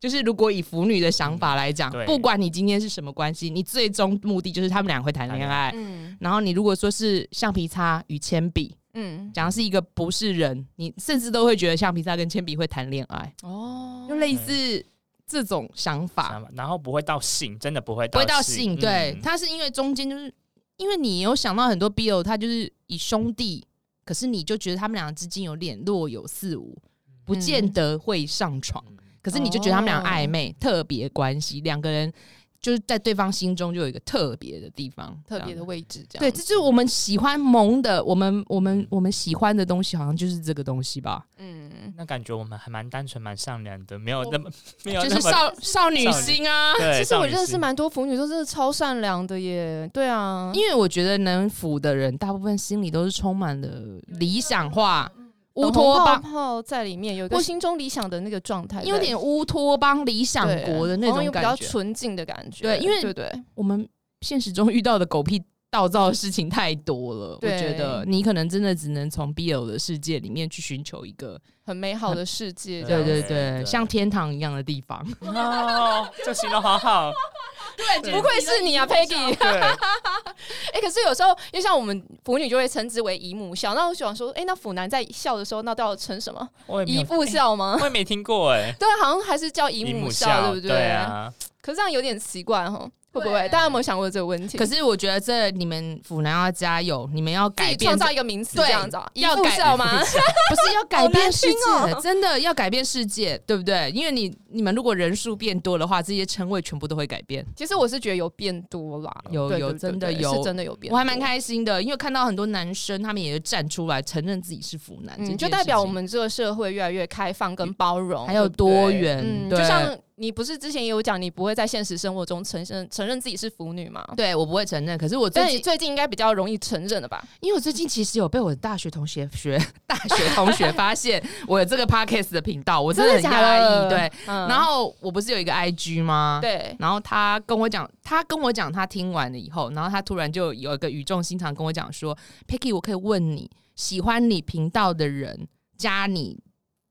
就是如果以腐女的想法来讲，
嗯对
不管你今天是什么关系，你最终目的就是他们俩会谈恋爱。
嗯
然后你如果说是橡皮擦与铅笔，
嗯
讲的是一个不是人，你甚至都会觉得橡皮擦跟铅笔会谈恋爱，
哦
就类似这种想
啊
法，
然后不会到性，真的不会到
不会到性。对
嗯，
它是因为中间就是因为你有想到很多 BL，它就是以兄弟，可是你就觉得他们俩之间有联络有四五，
嗯
不见得会上床，
嗯
可是你就觉得他们俩
哦
暧昧、特别关系，两个人就是在对方心中就有一个特别的地方，
特
这
别
样
的位置，这样
对，这就是我们喜欢萌的，我们我们我们喜欢的东西，好像就是这个东西吧，
嗯，
那感觉我们还蛮单纯、蛮善良的，没有
哦
那么没有
就
那
是
么
少少女心啊。
对。
其实我
少女
认识
心
蛮多腐女，都真的超善良的耶。对啊，
因为我觉得能腐的人，大部分心里都是充满了理想化、乌托
泡
邦，
泡在里面有一
我
个心中理想的那个状态在，
有点乌托邦理想
对
国的那
然后
种
又比
感
较
觉。
纯净的感觉。
对因为
对对
我们现实中遇到的狗屁道造的事情太多了。我
对
觉得你可能真的只能从 BL 的世界里面去寻求一个，
很美好的世界这
对
样子。
对
对
对，
对
像天堂一样的地方。
哦，这形容好
<laughs>
好，对哦
不愧是你啊，Peggy！
对，
哎、可是有时候，因为像我们腐女就会称之为姨母笑，那我想说，哎、那腐男在笑的时候，那都要称什么？
我也没有
姨父笑吗？ <laughs>
我也没听过哎，
对，啊好像还是叫姨母笑，对不
对？
对 <laughs>
啊，
可是这样有点奇怪哦，会不会？
对啊
大家有没有想过这个问题？
可是我觉得这你们腐男要加油，你们要
自
改
己
变
创
这，
造一个名词
对
这样子啊，姨
要
父
改 <laughs>
笑吗？ <laughs>
不是要改变世界，
好难听哦
真的要改变世界，对不对？因为你你们如果人数变多的话，这些称谓全部都会改变。
其实我是觉得有变多啦，
有
对
有
对对
真的
对
有
是真的有变多，
我还蛮开心的，因为看到很多男生他们也站出来承认自己是腐男，这
嗯，
件
就代表
事
我
情
们这个社会越来越开放跟包容，
还有
对不对
多元，
嗯，
对
就像你不是之前也有讲，你不会在现实生活中承认承认自己是腐女吗？
对我不会承认，可是我最
但你
近，
最近应该比较容易承认了 <laughs> 吧？
因为我最近其实有被我的大学同学学大学同学发现我有这个 podcast 的频道，我真的很嗯
假
压抑。
的？
对，
嗯
然后我不是有一个 IG 吗？。
对，
然后他跟我讲，他跟我讲，他听完了以后，然后他突然就有一个语重心长跟我讲说，Picky，我可以问你，喜欢你频道的人，加你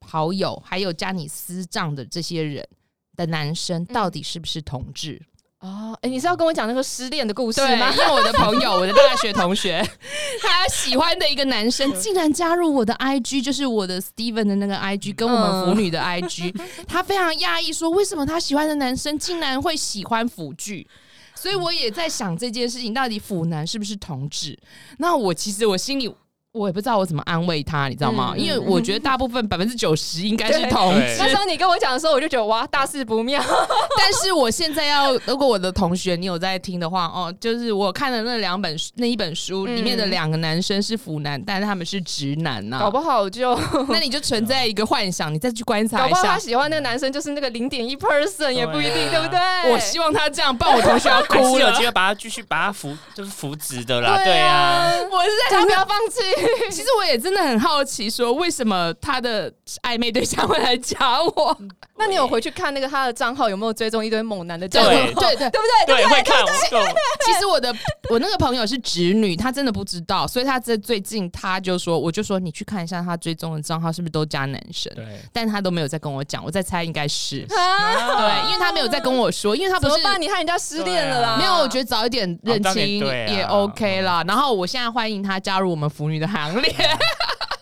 好友，还有加你私账的这些人的男生，到底是不是同志？
哦，哎，你是要跟我讲那个失恋的故事 <laughs>
对，
吗？
因为我的朋友，我的大学同学， <laughs> 他喜欢的一个男生，竟然加入我的 IG，就是我的 Steven 的那个 IG，跟我们腐女的 IG，、他非常讶异，说为什么他喜欢的男生竟然会喜欢腐剧。所以我也在想这件事情，到底腐男是不是同志？那我其实我心里我也不知道我怎么安慰他，你知道吗？
嗯
因为我觉得大部分百分之九十应该是同
对
志，
那时候你跟我讲的时候，我就觉得哇，大事不妙。
<laughs> 但是我现在要，如果我的同学你有在听的话，哦，就是我看的那两本书那一本书
嗯
里面的两个男生是腐男，但是他们是直男啊呐、<laughs>
搞不好就
那你就存在一个幻想，你再去观察
搞
一
不好
下
他。喜欢那个男生就是那个零点一 person 也不一定，
对
对
啊
不对？
我希望他这 <laughs> 样，不然我同学要
还
哭
是有
了
机。会把它继续把它扶，就是扶植的啦，
对
对啊，
我是在
大
他不
家不
要
要。放弃。
其实我也真的很好奇，说为什么他的暧昧对象会来加 <laughs> 我？
<laughs> 那你有回去看那个他的账号有没有追踪一堆猛男的账
对
号？
对对对，
对不 <laughs> 对？
对，会看，我懂
其实我的我那个朋友是直女，她真的不知道，所以她在最近她就说，我就说你去看一下她追踪的账号是不是都加男生，
对，
但她都没有在跟我讲，我在猜应该是
啊，
对，因为她没有在跟我说，因为她不
怎
是
么办？啊你害人家失恋了啦！
没有，我觉得早一点认
哦当然
清
对啊
也 OK 啦。然后我现在欢迎她加入我们腐女的行列，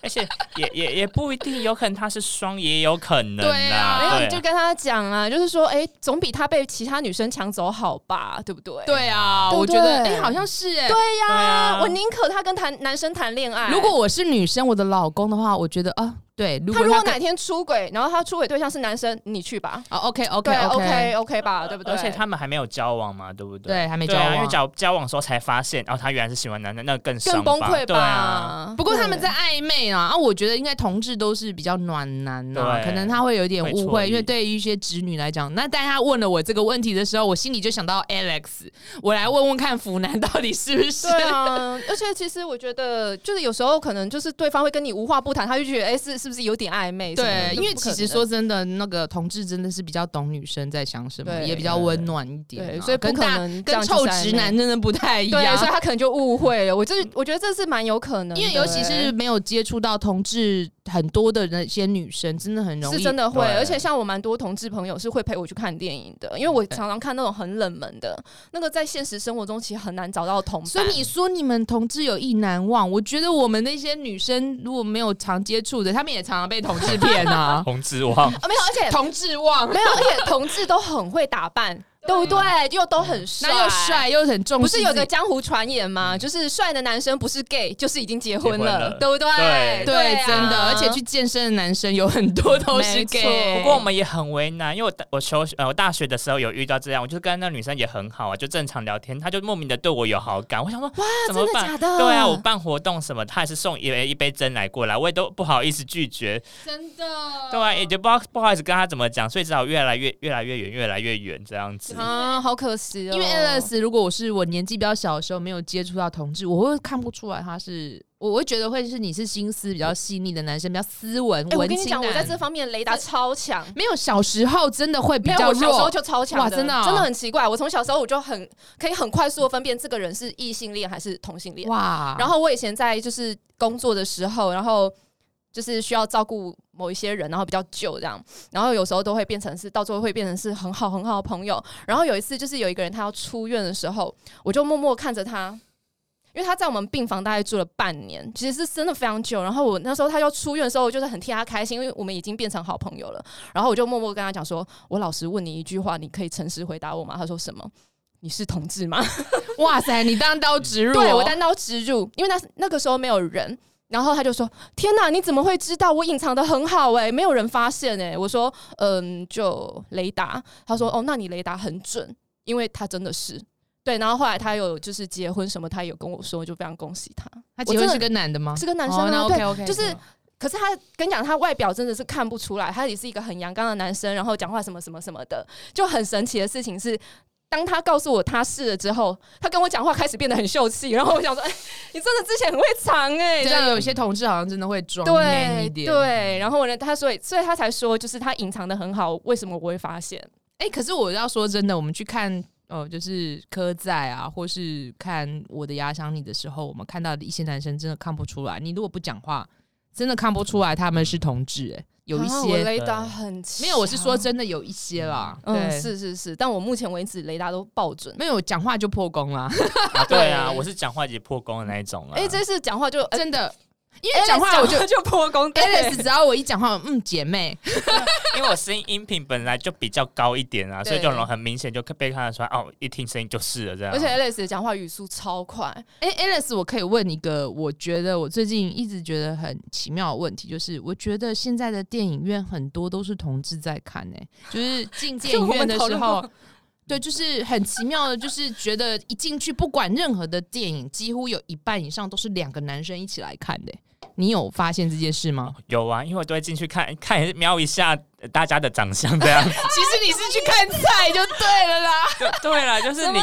而且也也也不一定，有可能他是双，也有可能
对啊
啦，
没有，
对
你就跟他讲啊，就是说，哎、总比他被其他女生抢走好吧，对不对？
<laughs> 对啊，
对不
我觉得
对
哎好像是哎。
对呀、
对啊
我宁可他跟谈男生谈恋爱。
如果我是女生，我的老公的话，我觉得啊，对，如
他
果
如果
他跟
哪天出轨，然后他出轨对象是男生，你去吧。
哦 OK OK
对 OK OK 吧，对不对？
而且他们还没有交往嘛，对不对？
对还没
对
交往
啊，因为交交往的时候才发现，哦，他原来是喜欢男的，那更
更
伤
崩溃
对啊，
不过他们在 <laughs> 暧昧啊，啊，我觉得应该同志都是比较暖男呐、
对
可能他会有一点误
会错
会，
意
因为对于一些直女来讲，那但他问了我这个问题的时候，我心里就想到 Alex，我来问问看腐男到底是不是？
对对啊，而且其实我觉得，就是有时候可能就是对方会跟你无话不谈，他就觉得哎、是是不是有点暧昧什么的？
<laughs> 对，因为其实说真的，那个同志真的是比较懂女生在想什么，
对
也比较温暖一点啊、
对，所以不
跟
可
大
能这
跟
样
臭
就是暧昧
直男真的不太一
对，
样
所。以他可能就误会了。我这我觉得这是蛮有可能的，欸
因为尤其是没有接触到同志很多的那些女生，真的很容易
是真的会，
对
而且像我蛮多同志朋友是会陪我去看电影的，因为我常常看那种很冷门的，那个在现实生活中其实很难找到同
所
伴
以。你说你们同志有意难忘，我觉得我们那些女生如果没有常接触的，她们也常常被同志骗
<laughs>
啊，
红之王，
啊，没有，而且
同志旺，
没有，而且同志都很会打
<laughs>
扮，对不
啊
对？又都很帅，
那又。嗯帅又很重视
不
自
是
己，嗯
有个江湖传言吗？就是帅的男生不是 gay 就是已经结婚
结婚
了，
了
对不对？
对
对，
啊
真的，而且去健身的男生有很多都是
没错
gay，
<laughs> 不过我们也很为难，因为我大我求呃我大学的时候有遇到这样，我就跟那女生也很好啊，就正常聊天，她就莫名的对我有好感，我想说哇怎么
真的
办？
假的
对啊，我办活动什么，她还是送一一杯真奶过来，我也都不好意思拒绝，
真的
对
哦
啊，也就不好不好意思跟她怎么讲，所以只好越来越越来越远，越来越远这样
<laughs>
子。
啊，好可惜哦。
因为 Alice，如果我是我年纪比较小的时候没有接触到同志，我会看不出来他是我会觉得会是你是心思比较细腻的男生，比较斯文、
哎，我
文
跟你
青
讲，我在
男。
这方面雷达超强。
没有小时候真的会比
没有，
较
我小时候
弱，
就超强
哇真的哦
真的很奇怪。我从小时候我就很可以很快速的分辨这个人是异性恋还是同性恋。
哇
然后我以前在就是工作的时候，然后就是需要照顾某一些人，然后比较久这样，然后有时候都会变成是到最后会变成是很好很好的朋友。然后有一次就是有一个人他要出院的时候，我就默默看着他。因为他在我们病房大概住了半年，其实是真的非常久。然后我那时候他要出院的时候，我就是很替他开心，因为我们已经变成好朋友了。然后我就默默跟他讲说：“我老实问你一句话，你可以诚实回答我吗？”他说：“什么？你是同志吗？”
哇塞，你单刀直入哦、
对我单刀直入，因为那那个时候没有人。然后他就说：“天哪，你怎么会知道？我隐藏的很好诶、没有人发现诶、我说：“嗯，就雷达。”他说：“哦，那你雷达很准，因为他真的是对。”然后后来他有就是结婚什么，他有跟我说，我就非常恭喜他。
他结婚
我
是
真的
跟男的吗？
是个男生啊
哦那
对
OK OK，
就是可是他跟你讲，他外表真的是看不出来，他也是一个很阳刚的男生，然后讲话什么什么什么的，就很神奇的事情是。当他告诉我他是了之后，他跟我讲话开始变得很秀气，然后我想说，哎、你真的之前很会藏哎、 <laughs> 这
这
样
样有些同志好像真的会装 man
对
一点。
对，然后我呢，他所以所以他才说，就是他隐藏的很好，为什么我会发现？
哎、可是我要说真的，我们去看呃，就是科在啊，或是看《我的牙想你》的时候，我们看到的一些男生真的看不出来，你如果不讲话，真的看不出来他们是同志、哎，有一
啊我
些、
雷达很强
没有，我是说，真的有一些啦，
嗯，
对，
是是是，但我目前为止雷达都爆准。
没有讲话就破功
<laughs>
啦，
啊对啊，我是讲话也破功的那一种啊。
哎、这次讲话就，
真的， <laughs> 因
哎
为讲话我就。
就破功对
Alice 只要我一讲话，嗯，姐妹，
因为我声音音频本来就比较高一点啊，
对
所以就容很明显就被看得出来哦，一听声音就是了这样。
而且 Alice 讲话语速超快，
哎、a l i c e 我可以问一个，我觉得我最近一直觉得很奇妙的问题，就是我觉得现在的电影院很多都是同志在看、欸，就是进电影院的
这
时
个我们讨论
候， <laughs> 对，就是很奇妙的，就是觉得一进去，不管任何的电影，几乎有一半以上都是两个男生一起来看的欸、你有发现这件事吗？
有啊，因为我都会进去看看瞄一下呃大家的长相这样。
其实你是去看菜就对了啦。
对对了，就是你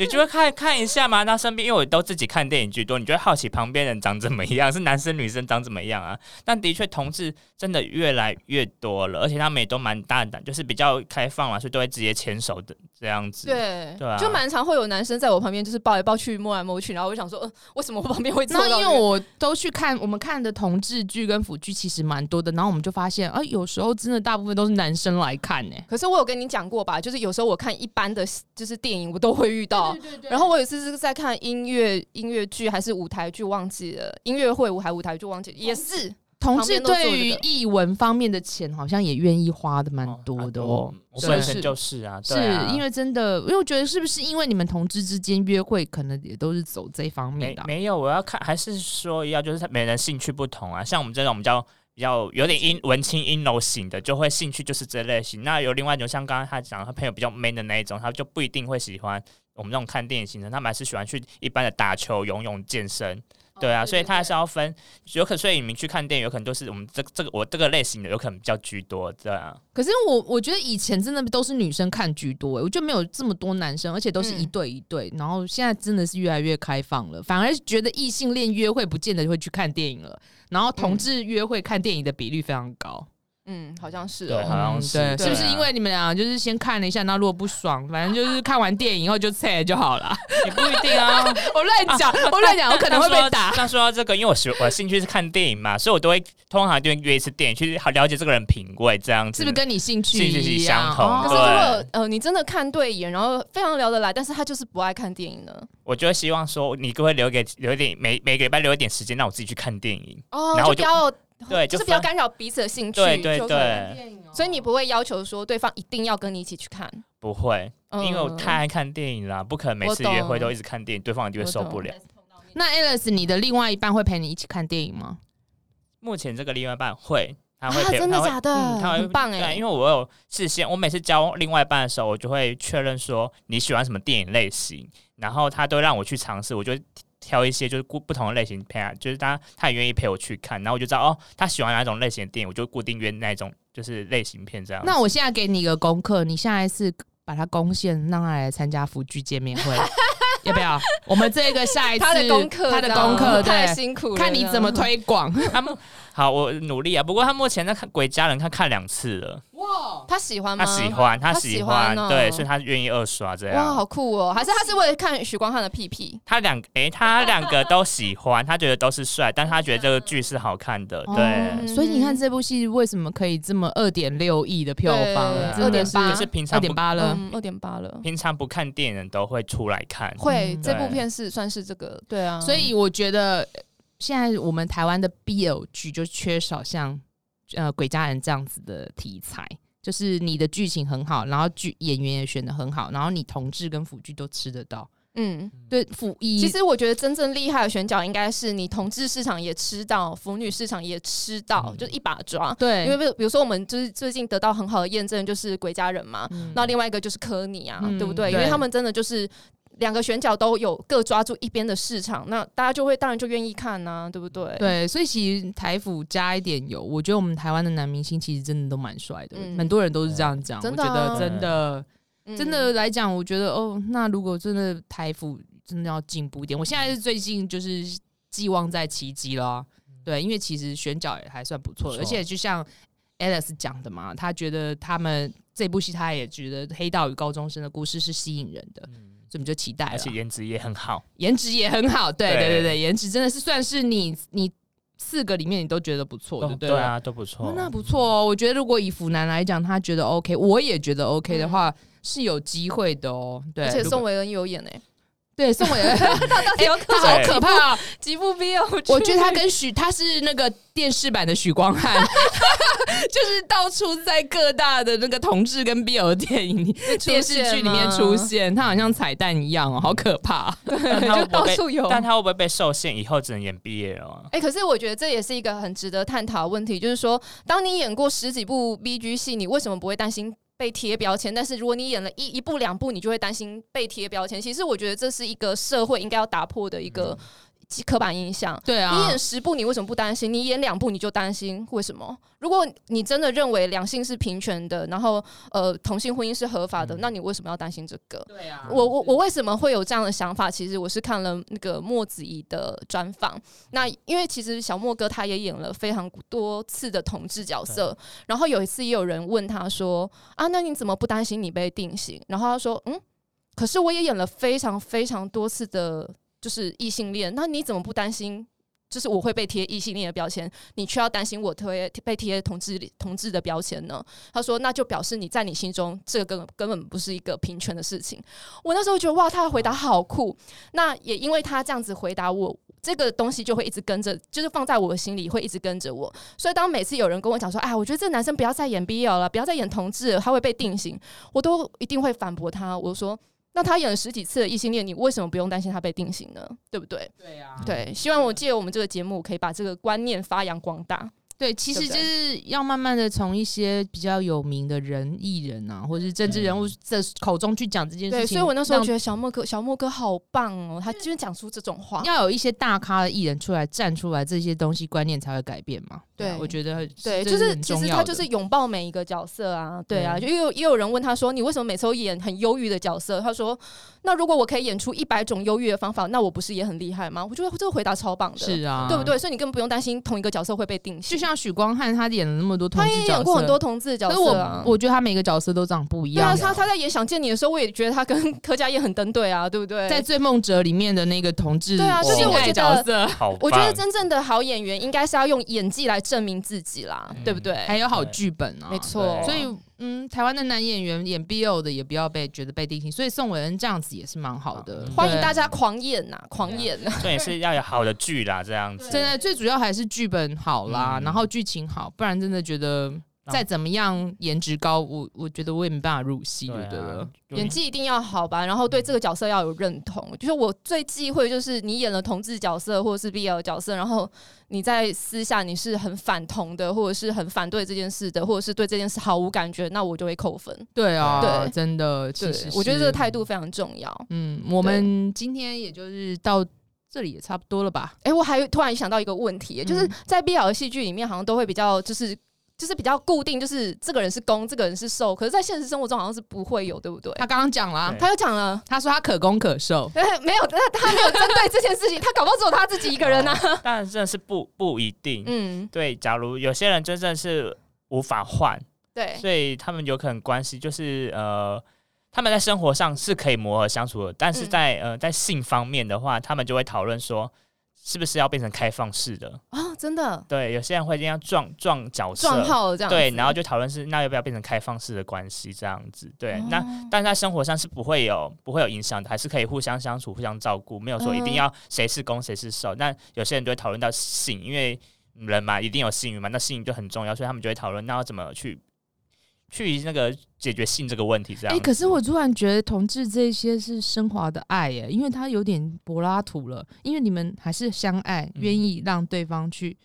你就会看看一下嘛。那身边因为我都自己看电影居多，你就会好奇旁边人长怎么样，是男生女生长怎么样啊？但的确同志真的越来越多了，而且他们也都蛮大胆，就是比较开放嘛，所以都会直接牵手的这样子。
对，
对啊
就蛮常会有男生在我旁边，就是抱来抱去、摸来摸去，然后我就想说， <laughs> 呃，为什么我旁边会坐
然
到
后
这个？
因为我都去看我们看的同志剧跟腐剧，其实蛮多的。然后我们就发现，啊，有时候真的大部分都是男生来看欸呢、
可是我有跟你讲过吧，就是有时候我看一般的就是电影，我都会遇到。
对对
然后我有一次是在看音乐音乐剧还是舞台剧，忘记了音乐会舞台舞台剧忘记了，也是
同
旁
志
边都坐
对于
着的
译文方面的钱，好像也愿意花的蛮多的哦。
我
是
本身就是啊，
是
对啊
因为真的，因为我觉得是不是因为你们同志之间约会，可能也都是走这方面
没
的啊、
没有，我要看，还是说要就是每人兴趣不同啊。像我们这种比较比较有点阴文青阴柔型的，就会兴趣就是这类型。那有另外一种，像刚刚他讲他朋友比较 man 的那一种，他就不一定会喜欢我们这种看电影型的，他们还是喜欢去一般的打球、游泳、健身。对啊，所以他还是要分，有可所以你们去看电影，有可能都是我们这这个我这个类型的，有可能比较居多，对 <laughs> 啊。
可是我我觉得以前真的都是女生看居多、欸，我就没有这么多男生，而且都是一
嗯
对一对。然后现在真的是越来越开放了，反而觉得异性恋约会不见得会去看电影了，然后同
嗯
志约会看电影的比率非常高。
嗯，好像是
对
哦。
好像是
嗯对，
对
是不是
啊
因为你们俩就是先看了一下，那如果不爽，反正就是看完电影以后就撤就好
<laughs>
了。
也不一定啊，
我乱讲，我乱讲，我可能会被
<laughs>
打。
那说到这个，因为我喜我兴趣是看电影嘛，所以我都会通常就会约一次电影去好了解这个人品味这样
是
子。
不是跟你兴趣
兴趣
一
是
样？
相同
哦
可是如果
对
呃你真的看对眼，然后非常聊得来，但是他就是不爱看电影呢？
我就会希望说，你给我留给留一点每每个礼拜留一点时间，让我自己去看电影。
哦，
然后我
就不
就
要
对，
就是
分
不要干扰彼此的兴趣。
对对
就可能
对，
所以你不会要求说对方一定要跟你一起去看，
不会，
嗯
因为我太爱看电影啦，不可能每次
我懂
约会都一直看电影，对方一定会受不了。
那 Alice，你的另外一半会陪你一起看电影吗？
目前这个另外一半会，他
啊
会陪，
真的
他会
假的
嗯、他会
很棒欸
对因为我有事先，我每次交另外一半的时候，我就会确认说你喜欢什么电影类型，然后他都让我去尝试，我就挑一些就是固不同的类型陪他，就是他他也愿意陪我去看，然后我就知道哦，他喜欢哪种类型的电影，我就固定约那种就是类型片这样。
那我现在 <laughs> 给你一个功课，你下一次把他攻陷，让他来参加福剧见面会。要不要？我们这个下一次
他的功课，
他的功课，哦
太
对，
辛苦了，
看你怎么
这样。
推广。
他们好，我努力啊。不过他目前在看《鬼家人》，他看两次了，
哇，
他喜欢吗？
他喜欢，啊他喜欢，
嗯他喜欢哦
对，所以他愿意二刷这
哇，
样。
好酷哦！还是他是为了看许光汉的屁屁？
他两诶、他两个都喜欢，他觉得都是帅，但他觉得这个剧是好看的，对。
嗯
所以你看这部戏为什么可以这么二点六亿的票房
对，
真的是
2.8
就是平常
二
不
点八了。
嗯，二点八了，
平常不看电影的人都会出来看，
会
嗯
这部
对
片是算是这个对啊，
所以我觉得呃现在我们台湾的 BL 剧就缺少像呃《鬼家人》这样子的题材，就是你的剧情很好，然后剧演员也选的很好，然后你同志跟腐剧都吃得到。
嗯，
对，腐一
其实我觉得真正厉害的选角应该是你同志市场也吃到，腐女市场也吃到，
嗯
就是一把抓。
对，
因为比比如说我们就是最近得到很好的验证，就是《鬼家人》嘛，
嗯
那另外一个就是科尼啊，
嗯
对不对？因
对
为他们真的就是两个选角都有各抓住一边的市场，那大家就会当然就愿意看呐、对不对？，
对，所以其实台腐加一点油，我觉得我们台湾的男明星其实真的都蛮帅的，
嗯
很多人都是这样讲。
真
我
的
觉
啊
得真的、
嗯
真的来讲，我觉得哦，那如果真的台腐真的要进步一点，我现在是最近就是寄望在奇迹啦。对，因为其实选角也还算不错，
嗯不错
而且就像 Alice 讲的嘛，他觉得他们这部戏他也觉得《黑道与高中生》的故事是吸引人的，所以我们就期待了。
嗯而且颜值也很好。
颜值也很好，对
对
对对对，颜值真的是算是你你四个里面你都觉得不错，对
都
不对？
对啊，都不
哦
错。
那不错哦，我觉得如果以腐男来讲，他觉得 OK，我也觉得 OK 的话、是有机会的哦。对，
嗯而且
如果
宋维恩有演欸诶、
对宋伟
<laughs>
恩，哎他
是
好可怕、哦，
几部 BL 剧
我觉得他跟许他是那个电视版的许光汉， <laughs> 就是到处在各大的那个同志跟 BL 电
<laughs>
影、电视剧里面出现，他好像彩蛋一样哦，好可怕。
但他会
就
不会
到
被
处有。
但他会不会被受限？以后只能演毕业了啊？
哎、可是我觉得这也是一个很值得探讨的问题，就是说，当你演过十几部 B G 戏，你为什么不会担心被贴标签？但是如果你演了一一部两部，你就会担心被贴标签。其实我觉得这是一个社会应该要打破的一个刻板印象。
对啊，
你演十部，你为什么不担心？你演两部你就担心，为什么？如果你真的认为两性是平权的，然后呃同性婚姻是合法的，
嗯
那你为什么要担心这个？
对啊
我我我为什么会有这样的想法？其实我是看了那个莫子仪的专访。那因为其实小莫哥他也演了非常多次的同志角色，然后有一次也有人问他说：“啊，那你怎么不担心你被定型？”然后他说：“嗯，可是我也演了非常非常多次的，就是异性恋，那你怎么不担心？”就是我会被贴异性恋的标签，你却要担心我贴被贴同志同志的标签呢？他说，那就表示你在你心中这个根根本不是一个平权的事情。我那时候觉得哇，他的回答好酷。那也因为他这样子回答我，这个东西就会一直跟着，就是放在我的心里，会一直跟着我。所以当每次有人跟我讲说，哎，我觉得这个男生不要再演 BL 了，不要再演同志了，他会被定型，我都一定会反驳他。我说，那他演了十几次的异性恋，你为什么不用担心他被定型呢？对不对？
对啊
对，希望我借我们这个节目，可以把这个观念发扬光大。
对，其
对
实
不
就
对
是要慢慢的从一些比较有名的人、艺人啊，或者是政治人物这口中去讲这件
嗯对，
事情。
所以我那时候
让
觉得小莫哥，小莫哥好棒哦，他居然讲出这种话。
要有一些大咖的艺人出来站出来，这些东西观念才会改变嘛。啊
对
我觉得
对，
这
就是
很
其
重
实
要的
他
嗯
就是拥抱每一个角色啊，对啊，
对
就也有也有人问他说，你为什么每次都演很忧郁的角色？他说，那如果我可以演出一百种忧郁的方法，那我不是也很厉害吗？我觉得这个回答超棒的，
是啊，
对不？对？所以你根本不用担心同一个角色会被定
就
性，
像许光汉，他演了那么多同
他
志
也
角
演过很
色
多，同志的角
可是
色啊
我。我觉得他每个角色都长不一
对啊，
样。
他他在演《想见你》的时候，我也觉得他跟柯佳燕很登对啊，对不对？
在《追梦者》里面的那个同志
对啊
就是
性
我
爱
觉得
角色，
好棒，
我觉得真正的好演员应该是要用演技来证明自己啦，
嗯
对不对？
还有好
对
剧本啊，
没错，
对
所以，嗯，台湾的男演员演 BL 的也不要被觉得被定型，所以宋伟恩这样子也是蛮好的。
好
啊欢迎
对
大，家狂演呐、狂演呐、
这也是要有好的剧啦，这样子。
真的最主要还是剧本好啦，
嗯
然后剧情好，不然真的觉得再怎么样颜值高，我我觉得我也没办法入戏，对
对
不对
啊
了？，
就
演技一定要好吧，然后对这个角色要有认同。就是我最忌讳，就是你演了同志角色或者是 BL 角色，然后你在私下你是很反同的，或者是很反对这件事的，或者是对这件事毫无感觉，那我就会扣分。
对啊，
对
真的，
对
其实，
我觉得这
是
个态度非常重要。
嗯，我们今天也就是到这里也差不多了吧？
嗯
诶，我还突然想到一个问题，就是在 BL 戏剧里面，好像都会比较就是。就是比较固定，就是这个人是攻，这个人是受。可是，在现实生活中好像是不会有，对不对？
他刚刚讲了啊
对，
他又讲了。
他说他可攻可受，
对，没有，那他没有针对这件事情，他搞不好只有他自己一个人啊。
哦但真的是不不一定。
嗯，
对，假如有些人真正是无法换，
对，
所以他们有可能关系就是呃，他们在生活上是可以磨合相处的，但是
嗯
在、呃在性方面的话，他们就会讨论说。是不是要变成开放式的？
哦，真的
对，有些人会这样撞撞角色，
撞号了这样子。
对，然后就讨论是那要不要变成开放式的关系这样子。对，
哦
那但在生活上是不会有不会有影响的，还是可以互相相处、互相照顾，没有说一
嗯
定要谁是攻谁是受。那有些人就会讨论到性，因为人嘛一定有性欲嘛，那性欲就很重要，所以他们就会讨论那要怎么去去那个解决性这个问题这样
哎、
子。
可是我突然觉得同志这些是升华的爱耶，因为他有点柏拉图了，因为你们还是相爱，
嗯
愿意让对方去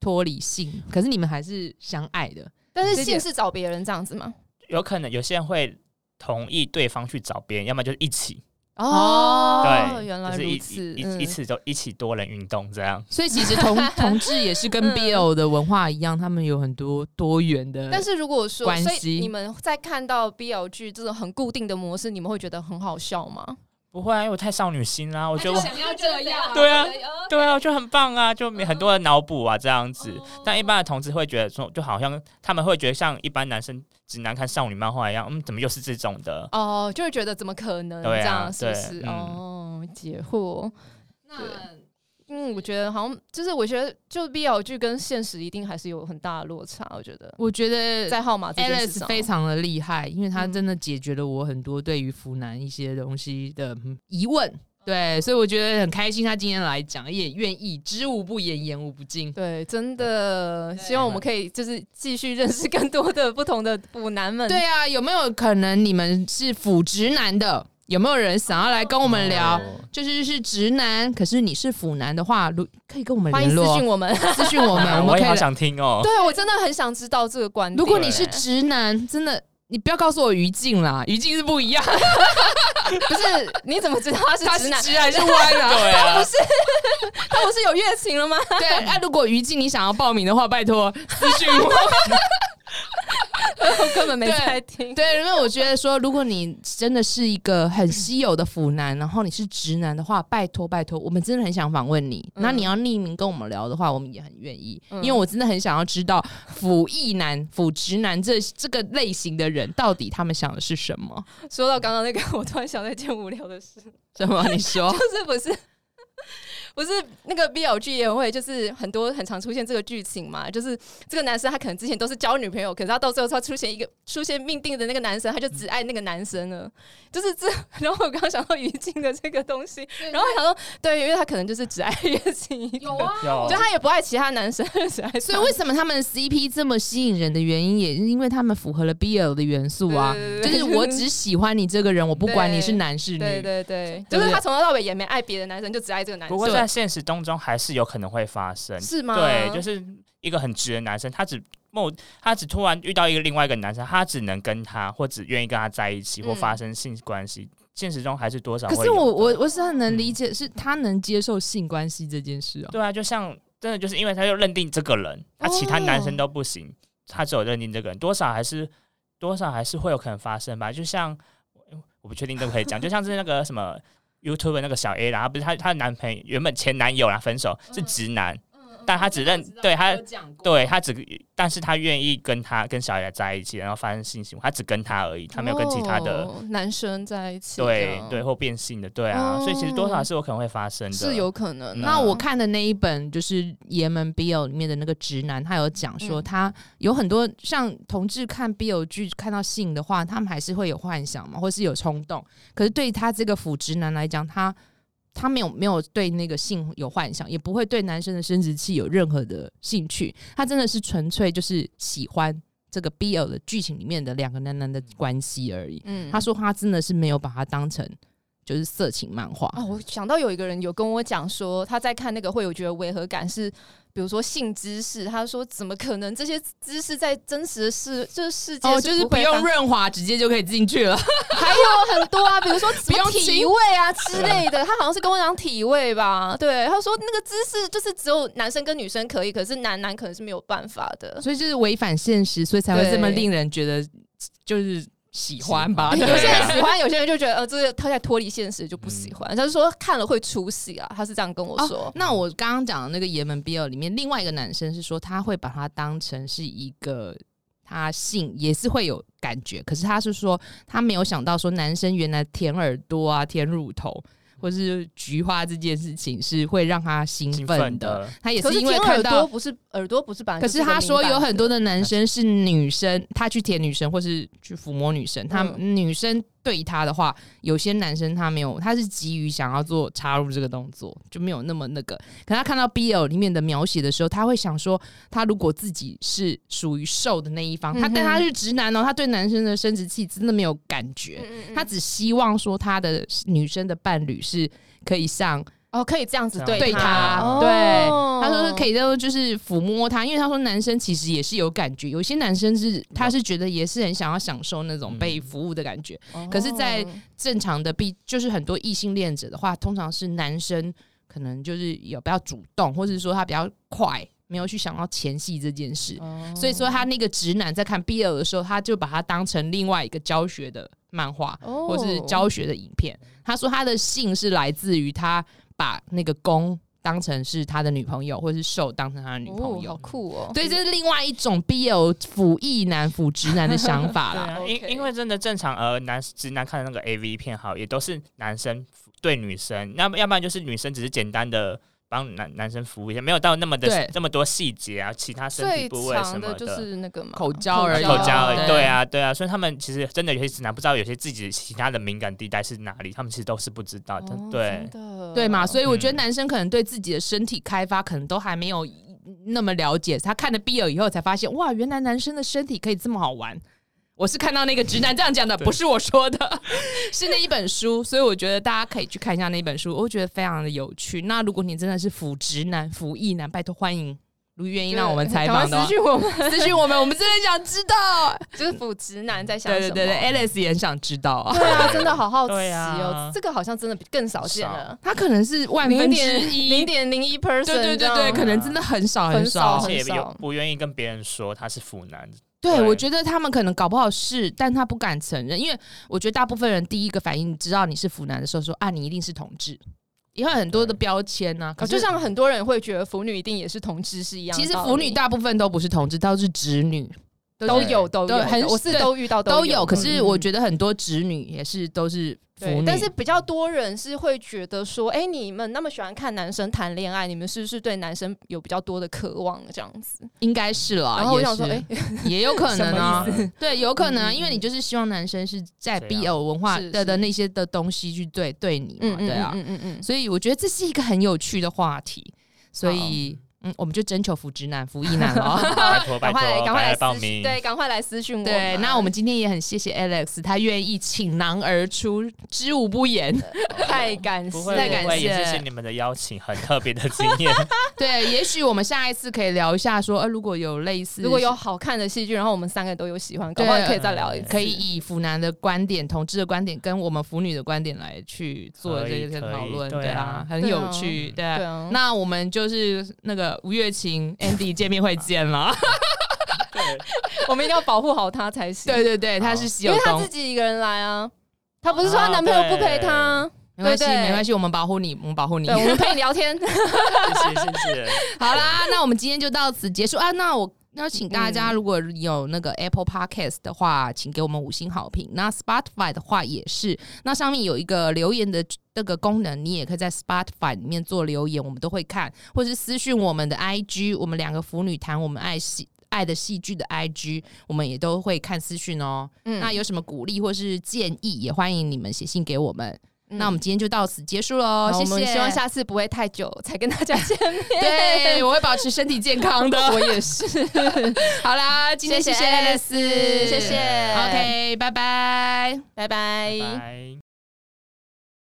脱离性，可是你们还是相爱的。
但是性是找别人这样子吗？
有可能有些人会同意对方去找别人，要么就是一起，
哦，
对，
原来
就是
如
一
此。嗯
一一一次就一起多人运动这样。
所以其实 <laughs> 同同志也是跟
嗯
BL 的文化一样，他们有很多多元
嗯
的，
但是如果说，
关
所
系
以你们在看到 BL 剧这种很固定的模式，你们会觉得很好笑吗？
不会啊，因为我太少女心啦，我觉得我
要这样
对啊，
<laughs>
对啊，就很棒啊，就没很多的脑补啊这样子。
哦
但一般的同志会觉得说，就好像他们会觉得像一般男生直男看少女漫画一样，嗯，怎么又是这种的？
哦，就会觉得怎么可能
对啊
这样，是不是？
对嗯
哦，解惑。
那
嗯，我觉得好像就是，我觉得就 BL 剧跟现实一定还是有很大的落差。我觉得
我觉得
在号码这件事
Alice
上，
非常的厉害，因为他
嗯
真的解决了我很多对于腐男一些东西的嗯疑问。对，所以我觉得很开心，他今天来讲，也愿意知无不言，言无不尽。
对，真的
对
希望我们可以就是继续认识更多的不同的腐男们。
对啊，有没有可能你们是腐直男的？有没有人想要来跟我
我
们聊？
哦
就是是直男，可是你是腐男的话，如可以跟我们
欢迎
联
私
络
信，我们。
私讯我 <laughs> 们，我
我
们
也
可
好
以来。
想听哦。
对我真的很想知道这个观点。
如果你是直男，真的。你不要告诉我于静啦，于静是不一样，
不是你怎么知道他是
他
直
是
<laughs> 男？
直还是歪的、
对啊，
他不是有月情了吗？
对，那、如果于静你想要报名的话，拜
<laughs>
托私信我。
我根本没在听。
对，因为我觉得说，如果你真的是一个很稀有的腐男，然后你是直男的话，拜托拜托，我们真的很想访问你。
嗯
那、你要匿名跟我们聊的话，我们也很愿意，
嗯
因为我真的很想要知道腐异男、腐直男这这个类型的人到底他们想的是什么？
说到刚刚那个，我突然想到一件无聊的事，
什么？你说
就是 <laughs> 不是不是那个 BL 剧也会，就是很多很常出现这个剧情嘛，就是这个男生他可能之前都是交女朋友，可是他到最后他出现一个出现命定的那个男生，他就只爱那个男生了，就是这。 <laughs> 然后我刚刚想到于静的这个东西，然后我想说，对，因为他可能就是只爱月情一个，
有
就他也不爱其他男生，他就只爱他。
所以为什么他们 CP 这么吸引人的原因，也是因为他们符合了 BL 的元素啊。
对
就
对对
是我只喜欢你这个人，我不管你是男是女。
对对对，
对
就
不
是
对
他从头到尾也没爱别的男生，就只爱这个男
不
生。
过在现实当中还是有可能会发生。
是吗？
对，就是一个很直的男生，他只某他只突然遇到一个另外一个男生，他只能跟他或只愿意跟他在一起或
嗯
发生性关系，现实中还是多少会
可
有的。
是我嗯我我是很能理解，是他能接受性关系这件事哦、
对啊，就像真的就是因为他就认定这个人，他其他男生都不行，他只有认定这个人，多少还是多少还是会有可能发生吧。就像我不确定都可以讲，就像是那个什么 YouTube 那个小 A 啦，他不是她她的男朋友原本前男友啦啊分手是直男，但他只认对
哎
他。对他只，但是他愿意跟他跟小 A 在一起，然后发生性行为，他只跟他而已，他没有跟其他的、
哦男生在一起。这
对
样
对，或变性的，对啊，所以其实多少还是有可能会发生的，
是有可能啊。
那我看的那一本就是《爷们 BL》里面的那个直男，他有讲说，
嗯
他有很多像同志看 BL 剧看到性的话，他们还是会有幻想嘛，或是有冲动。可是对他这个腐直男来讲，他他没有没有对那个性有幻想，也不会对男生的生殖器有任何的兴趣，他真的是纯粹就是喜欢这个 BL 的剧情里面的两个男男的关系而已。
嗯
他说他真的是没有把它当成就是色情漫画。
啊，我想到有一个人有跟我讲说，他在看那个会有觉得违和感是，比如说性知识，他说怎么可能这些知识在真实的世这世界
哦，就是
不
不
会
用
发
润滑直接就可以进去了。
还有很多啊，比如
<laughs>
说什
不
么
用
体
亲
位啊之类的。他好像是跟我讲体位吧，对，他说那个姿势就是只有男生跟女生可以，可是男男可能是没有办法的。
所以就是违反现实，所以才会这么
对
令人觉得就是喜欢吧。
有
对
些
啊嗯
人喜欢，有些人就觉得呃，这个他在脱离现实就不喜欢。他是说看了会出戏啊，他是这样跟我说。
那我刚刚讲的那个爷们 BL 里面，另外一个男生是说他会把它当成是一个他性也是会有感觉，可是他是说他没有想到说男生原来舔耳朵啊、舔乳头或是菊花这件事情是会让他兴
兴
奋
奋
的。
的，
他也
可
是
是
因
听
为
耳
看
朵
到，
不是耳朵不是本来
可
啊就是
他
个
说
敏
有
感
很多的男生是女生，他去舔女生或是去抚摸女生，他
嗯
女生对他的话，有些男生他没有，他是急于想要做插入这个动作，就没有那么那个。可他看到 BL 里面的描写的时候，他会想说，他如果自己是属于受的那一方，他
嗯哼
但他是直男哦，他对男生的生殖器真的没有感觉，
嗯嗯嗯
他只希望说他的女生的伴侣是可以像
哦可以这样子
这样
对
对
他，
哦
对。他说是可
以
以，就是抚摸他，因为他说男生其实也是有感觉，有些男生是他是觉得也是很想要享受那种被服务的感觉，可是在正常的必就是很多异性恋者的话，通常是男生可能就是有比较主动，或者说他比较快，没有去想到前戏这件事。
哦
所以说他那个直男在看 BL 的时候，他就把它当成另外一个教学的漫画
哦
或是教学的影片。他说他的性是来自于他把那个攻当成是他的女朋友，或是受当成他的女朋
哦
友
好。酷哦。
对，这是另外一种 BL 腐异男、腐直男的想法
对
啦。
啊，
OK
因因为真的正常，呃，男直男看的那个 A V 片好，也都是男生对女生，那么要不然就是女生只是简单的帮男男生服务一下，没有到那么的
对
这么多细节啊，其他身
最
体部位什
长
么
的就是那个嘛
口交而已
口
交
交而
对
已，对啊，对啊，所以他们其实真的有些直男不知道有些自己的其他的敏感地带是哪里，他们其实都是不知道的。
哦
对，
真的
对嘛？所以我觉得
嗯
男生可能对自己的身体开发可能都还没有嗯那么了解，他看了 BL 以后才发现，哇，原来男生的身体可以这么好玩。我是看到那个直男这样讲的，不是 <laughs> 我说的，是那一本书，所以我觉得大家可以去看一下那一本书，我觉得非常的有趣。那如果你真的是腐直男、腐异男，拜托欢迎，如果愿意让我们采访的话
赶快私，讯我们，
咨询我们，我们真的想知道。
<laughs> 就是腐直男在想
对
什
对
么。
对对，Alice 也很想知道啊，
对啊，真的好好奇
对
哦
啊，
这个好像真的更少见了，
<laughs> 他可能是万分
零
之
点
一，
零点零一 percent，
对对对对，可能真的很少
很少
少
而，且也
很少
有不愿意跟别人说他是腐男，
对，
对
我觉得他们可能搞不好是，但他不敢承认，因为我觉得大部分人第一个反应知道你是腐男的时候说啊，你一定是同志，因为很多的标签呢、啊。可
就是像很多人会觉得腐女一定也是同志是一样的
其
道理，
实腐女大部分都不是同志，都是直女，
都
是
有都有，
对很
我是
对
都遇到
都
有，
有。可嗯是我
得。
觉得很多直女也是都是腐
对
女，，
但是比较多人是会觉得说，哎、你们那么喜欢看男生谈恋爱，你们是不是对男生有比较多的渴望这样子？
应该是啦。
然后我
啊也
想说，
是
哎、
<laughs> 也有可能啊
什么意思，
对，有可能啊，
嗯嗯
因为你就是希望男生是在
这样
BL 文化
是
的
是
的那些的东西去对对你
<laughs>
嘛，对啊，
嗯嗯嗯，
所以我觉得这是一个很有趣的话题，所以嗯，我们就征求腐直男、腐异男
<laughs>
了。哦
拜
<laughs>
托拜
赶
托，
快
啊
来，赶
赶
快来
来
私
报名，
对，赶快来私讯我。
对，那我们今天也很谢谢 Alex，他愿意倾囊而出，知无不言。
<laughs> 太感谢，
不会
再感
不会，也
谢
谢谢你们的邀请，很特别的经
<laughs>
验。
对，也许我们下一次可以聊一下说，呃，如果有类似，
如果有好看的戏剧，然后我们三个都有喜欢，搞
对
不好可以再聊一次。
可以以腐男的观点、同志的观点跟我们腐女的观点来去做
可
这
以
个
可以
讨论，
对
对
啊
啊，很有趣，对
对
啊。
啊，
那我们就是那个吴月琴 Andy 见面会见了，
对
<laughs> 我们一定要保护好她才
<laughs>
行。
对啊对对，他是稀
因
有
为她
动
自己一个人来啊，她不是
哦
说她男朋友不陪她。
没关系，
对对
没关系，我们保护你，我们保护你。
对，我们陪你聊天。
<laughs> 谢谢谢谢。
<laughs> 好啦，那我们今天就到此结束啊。那我邀请大家，如果有那个 Apple Podcast 的话，请给我们五星好评。那 Spotify 的话也是，那上面有一个留言的那个功能，你也可以在 Spotify 里面做留言，我们都会看，或是私讯我们的 IG，我们两个腐女谈我们爱戏。爱的戏剧的 IG，我们也都会看私讯哦。
嗯
那有什么鼓励或是建议，也欢迎你们写信给我们。
嗯
那我们今天就到此结束喽，
好
谢
我
谢。
们希望下次不会太久才跟大家见面。
<laughs> 对，我会保持身体健康的。 <laughs> 我也是。好啦，今天谢
谢
谢
<laughs> 谢
Alice，
谢谢
OK，拜拜。
拜拜
拜。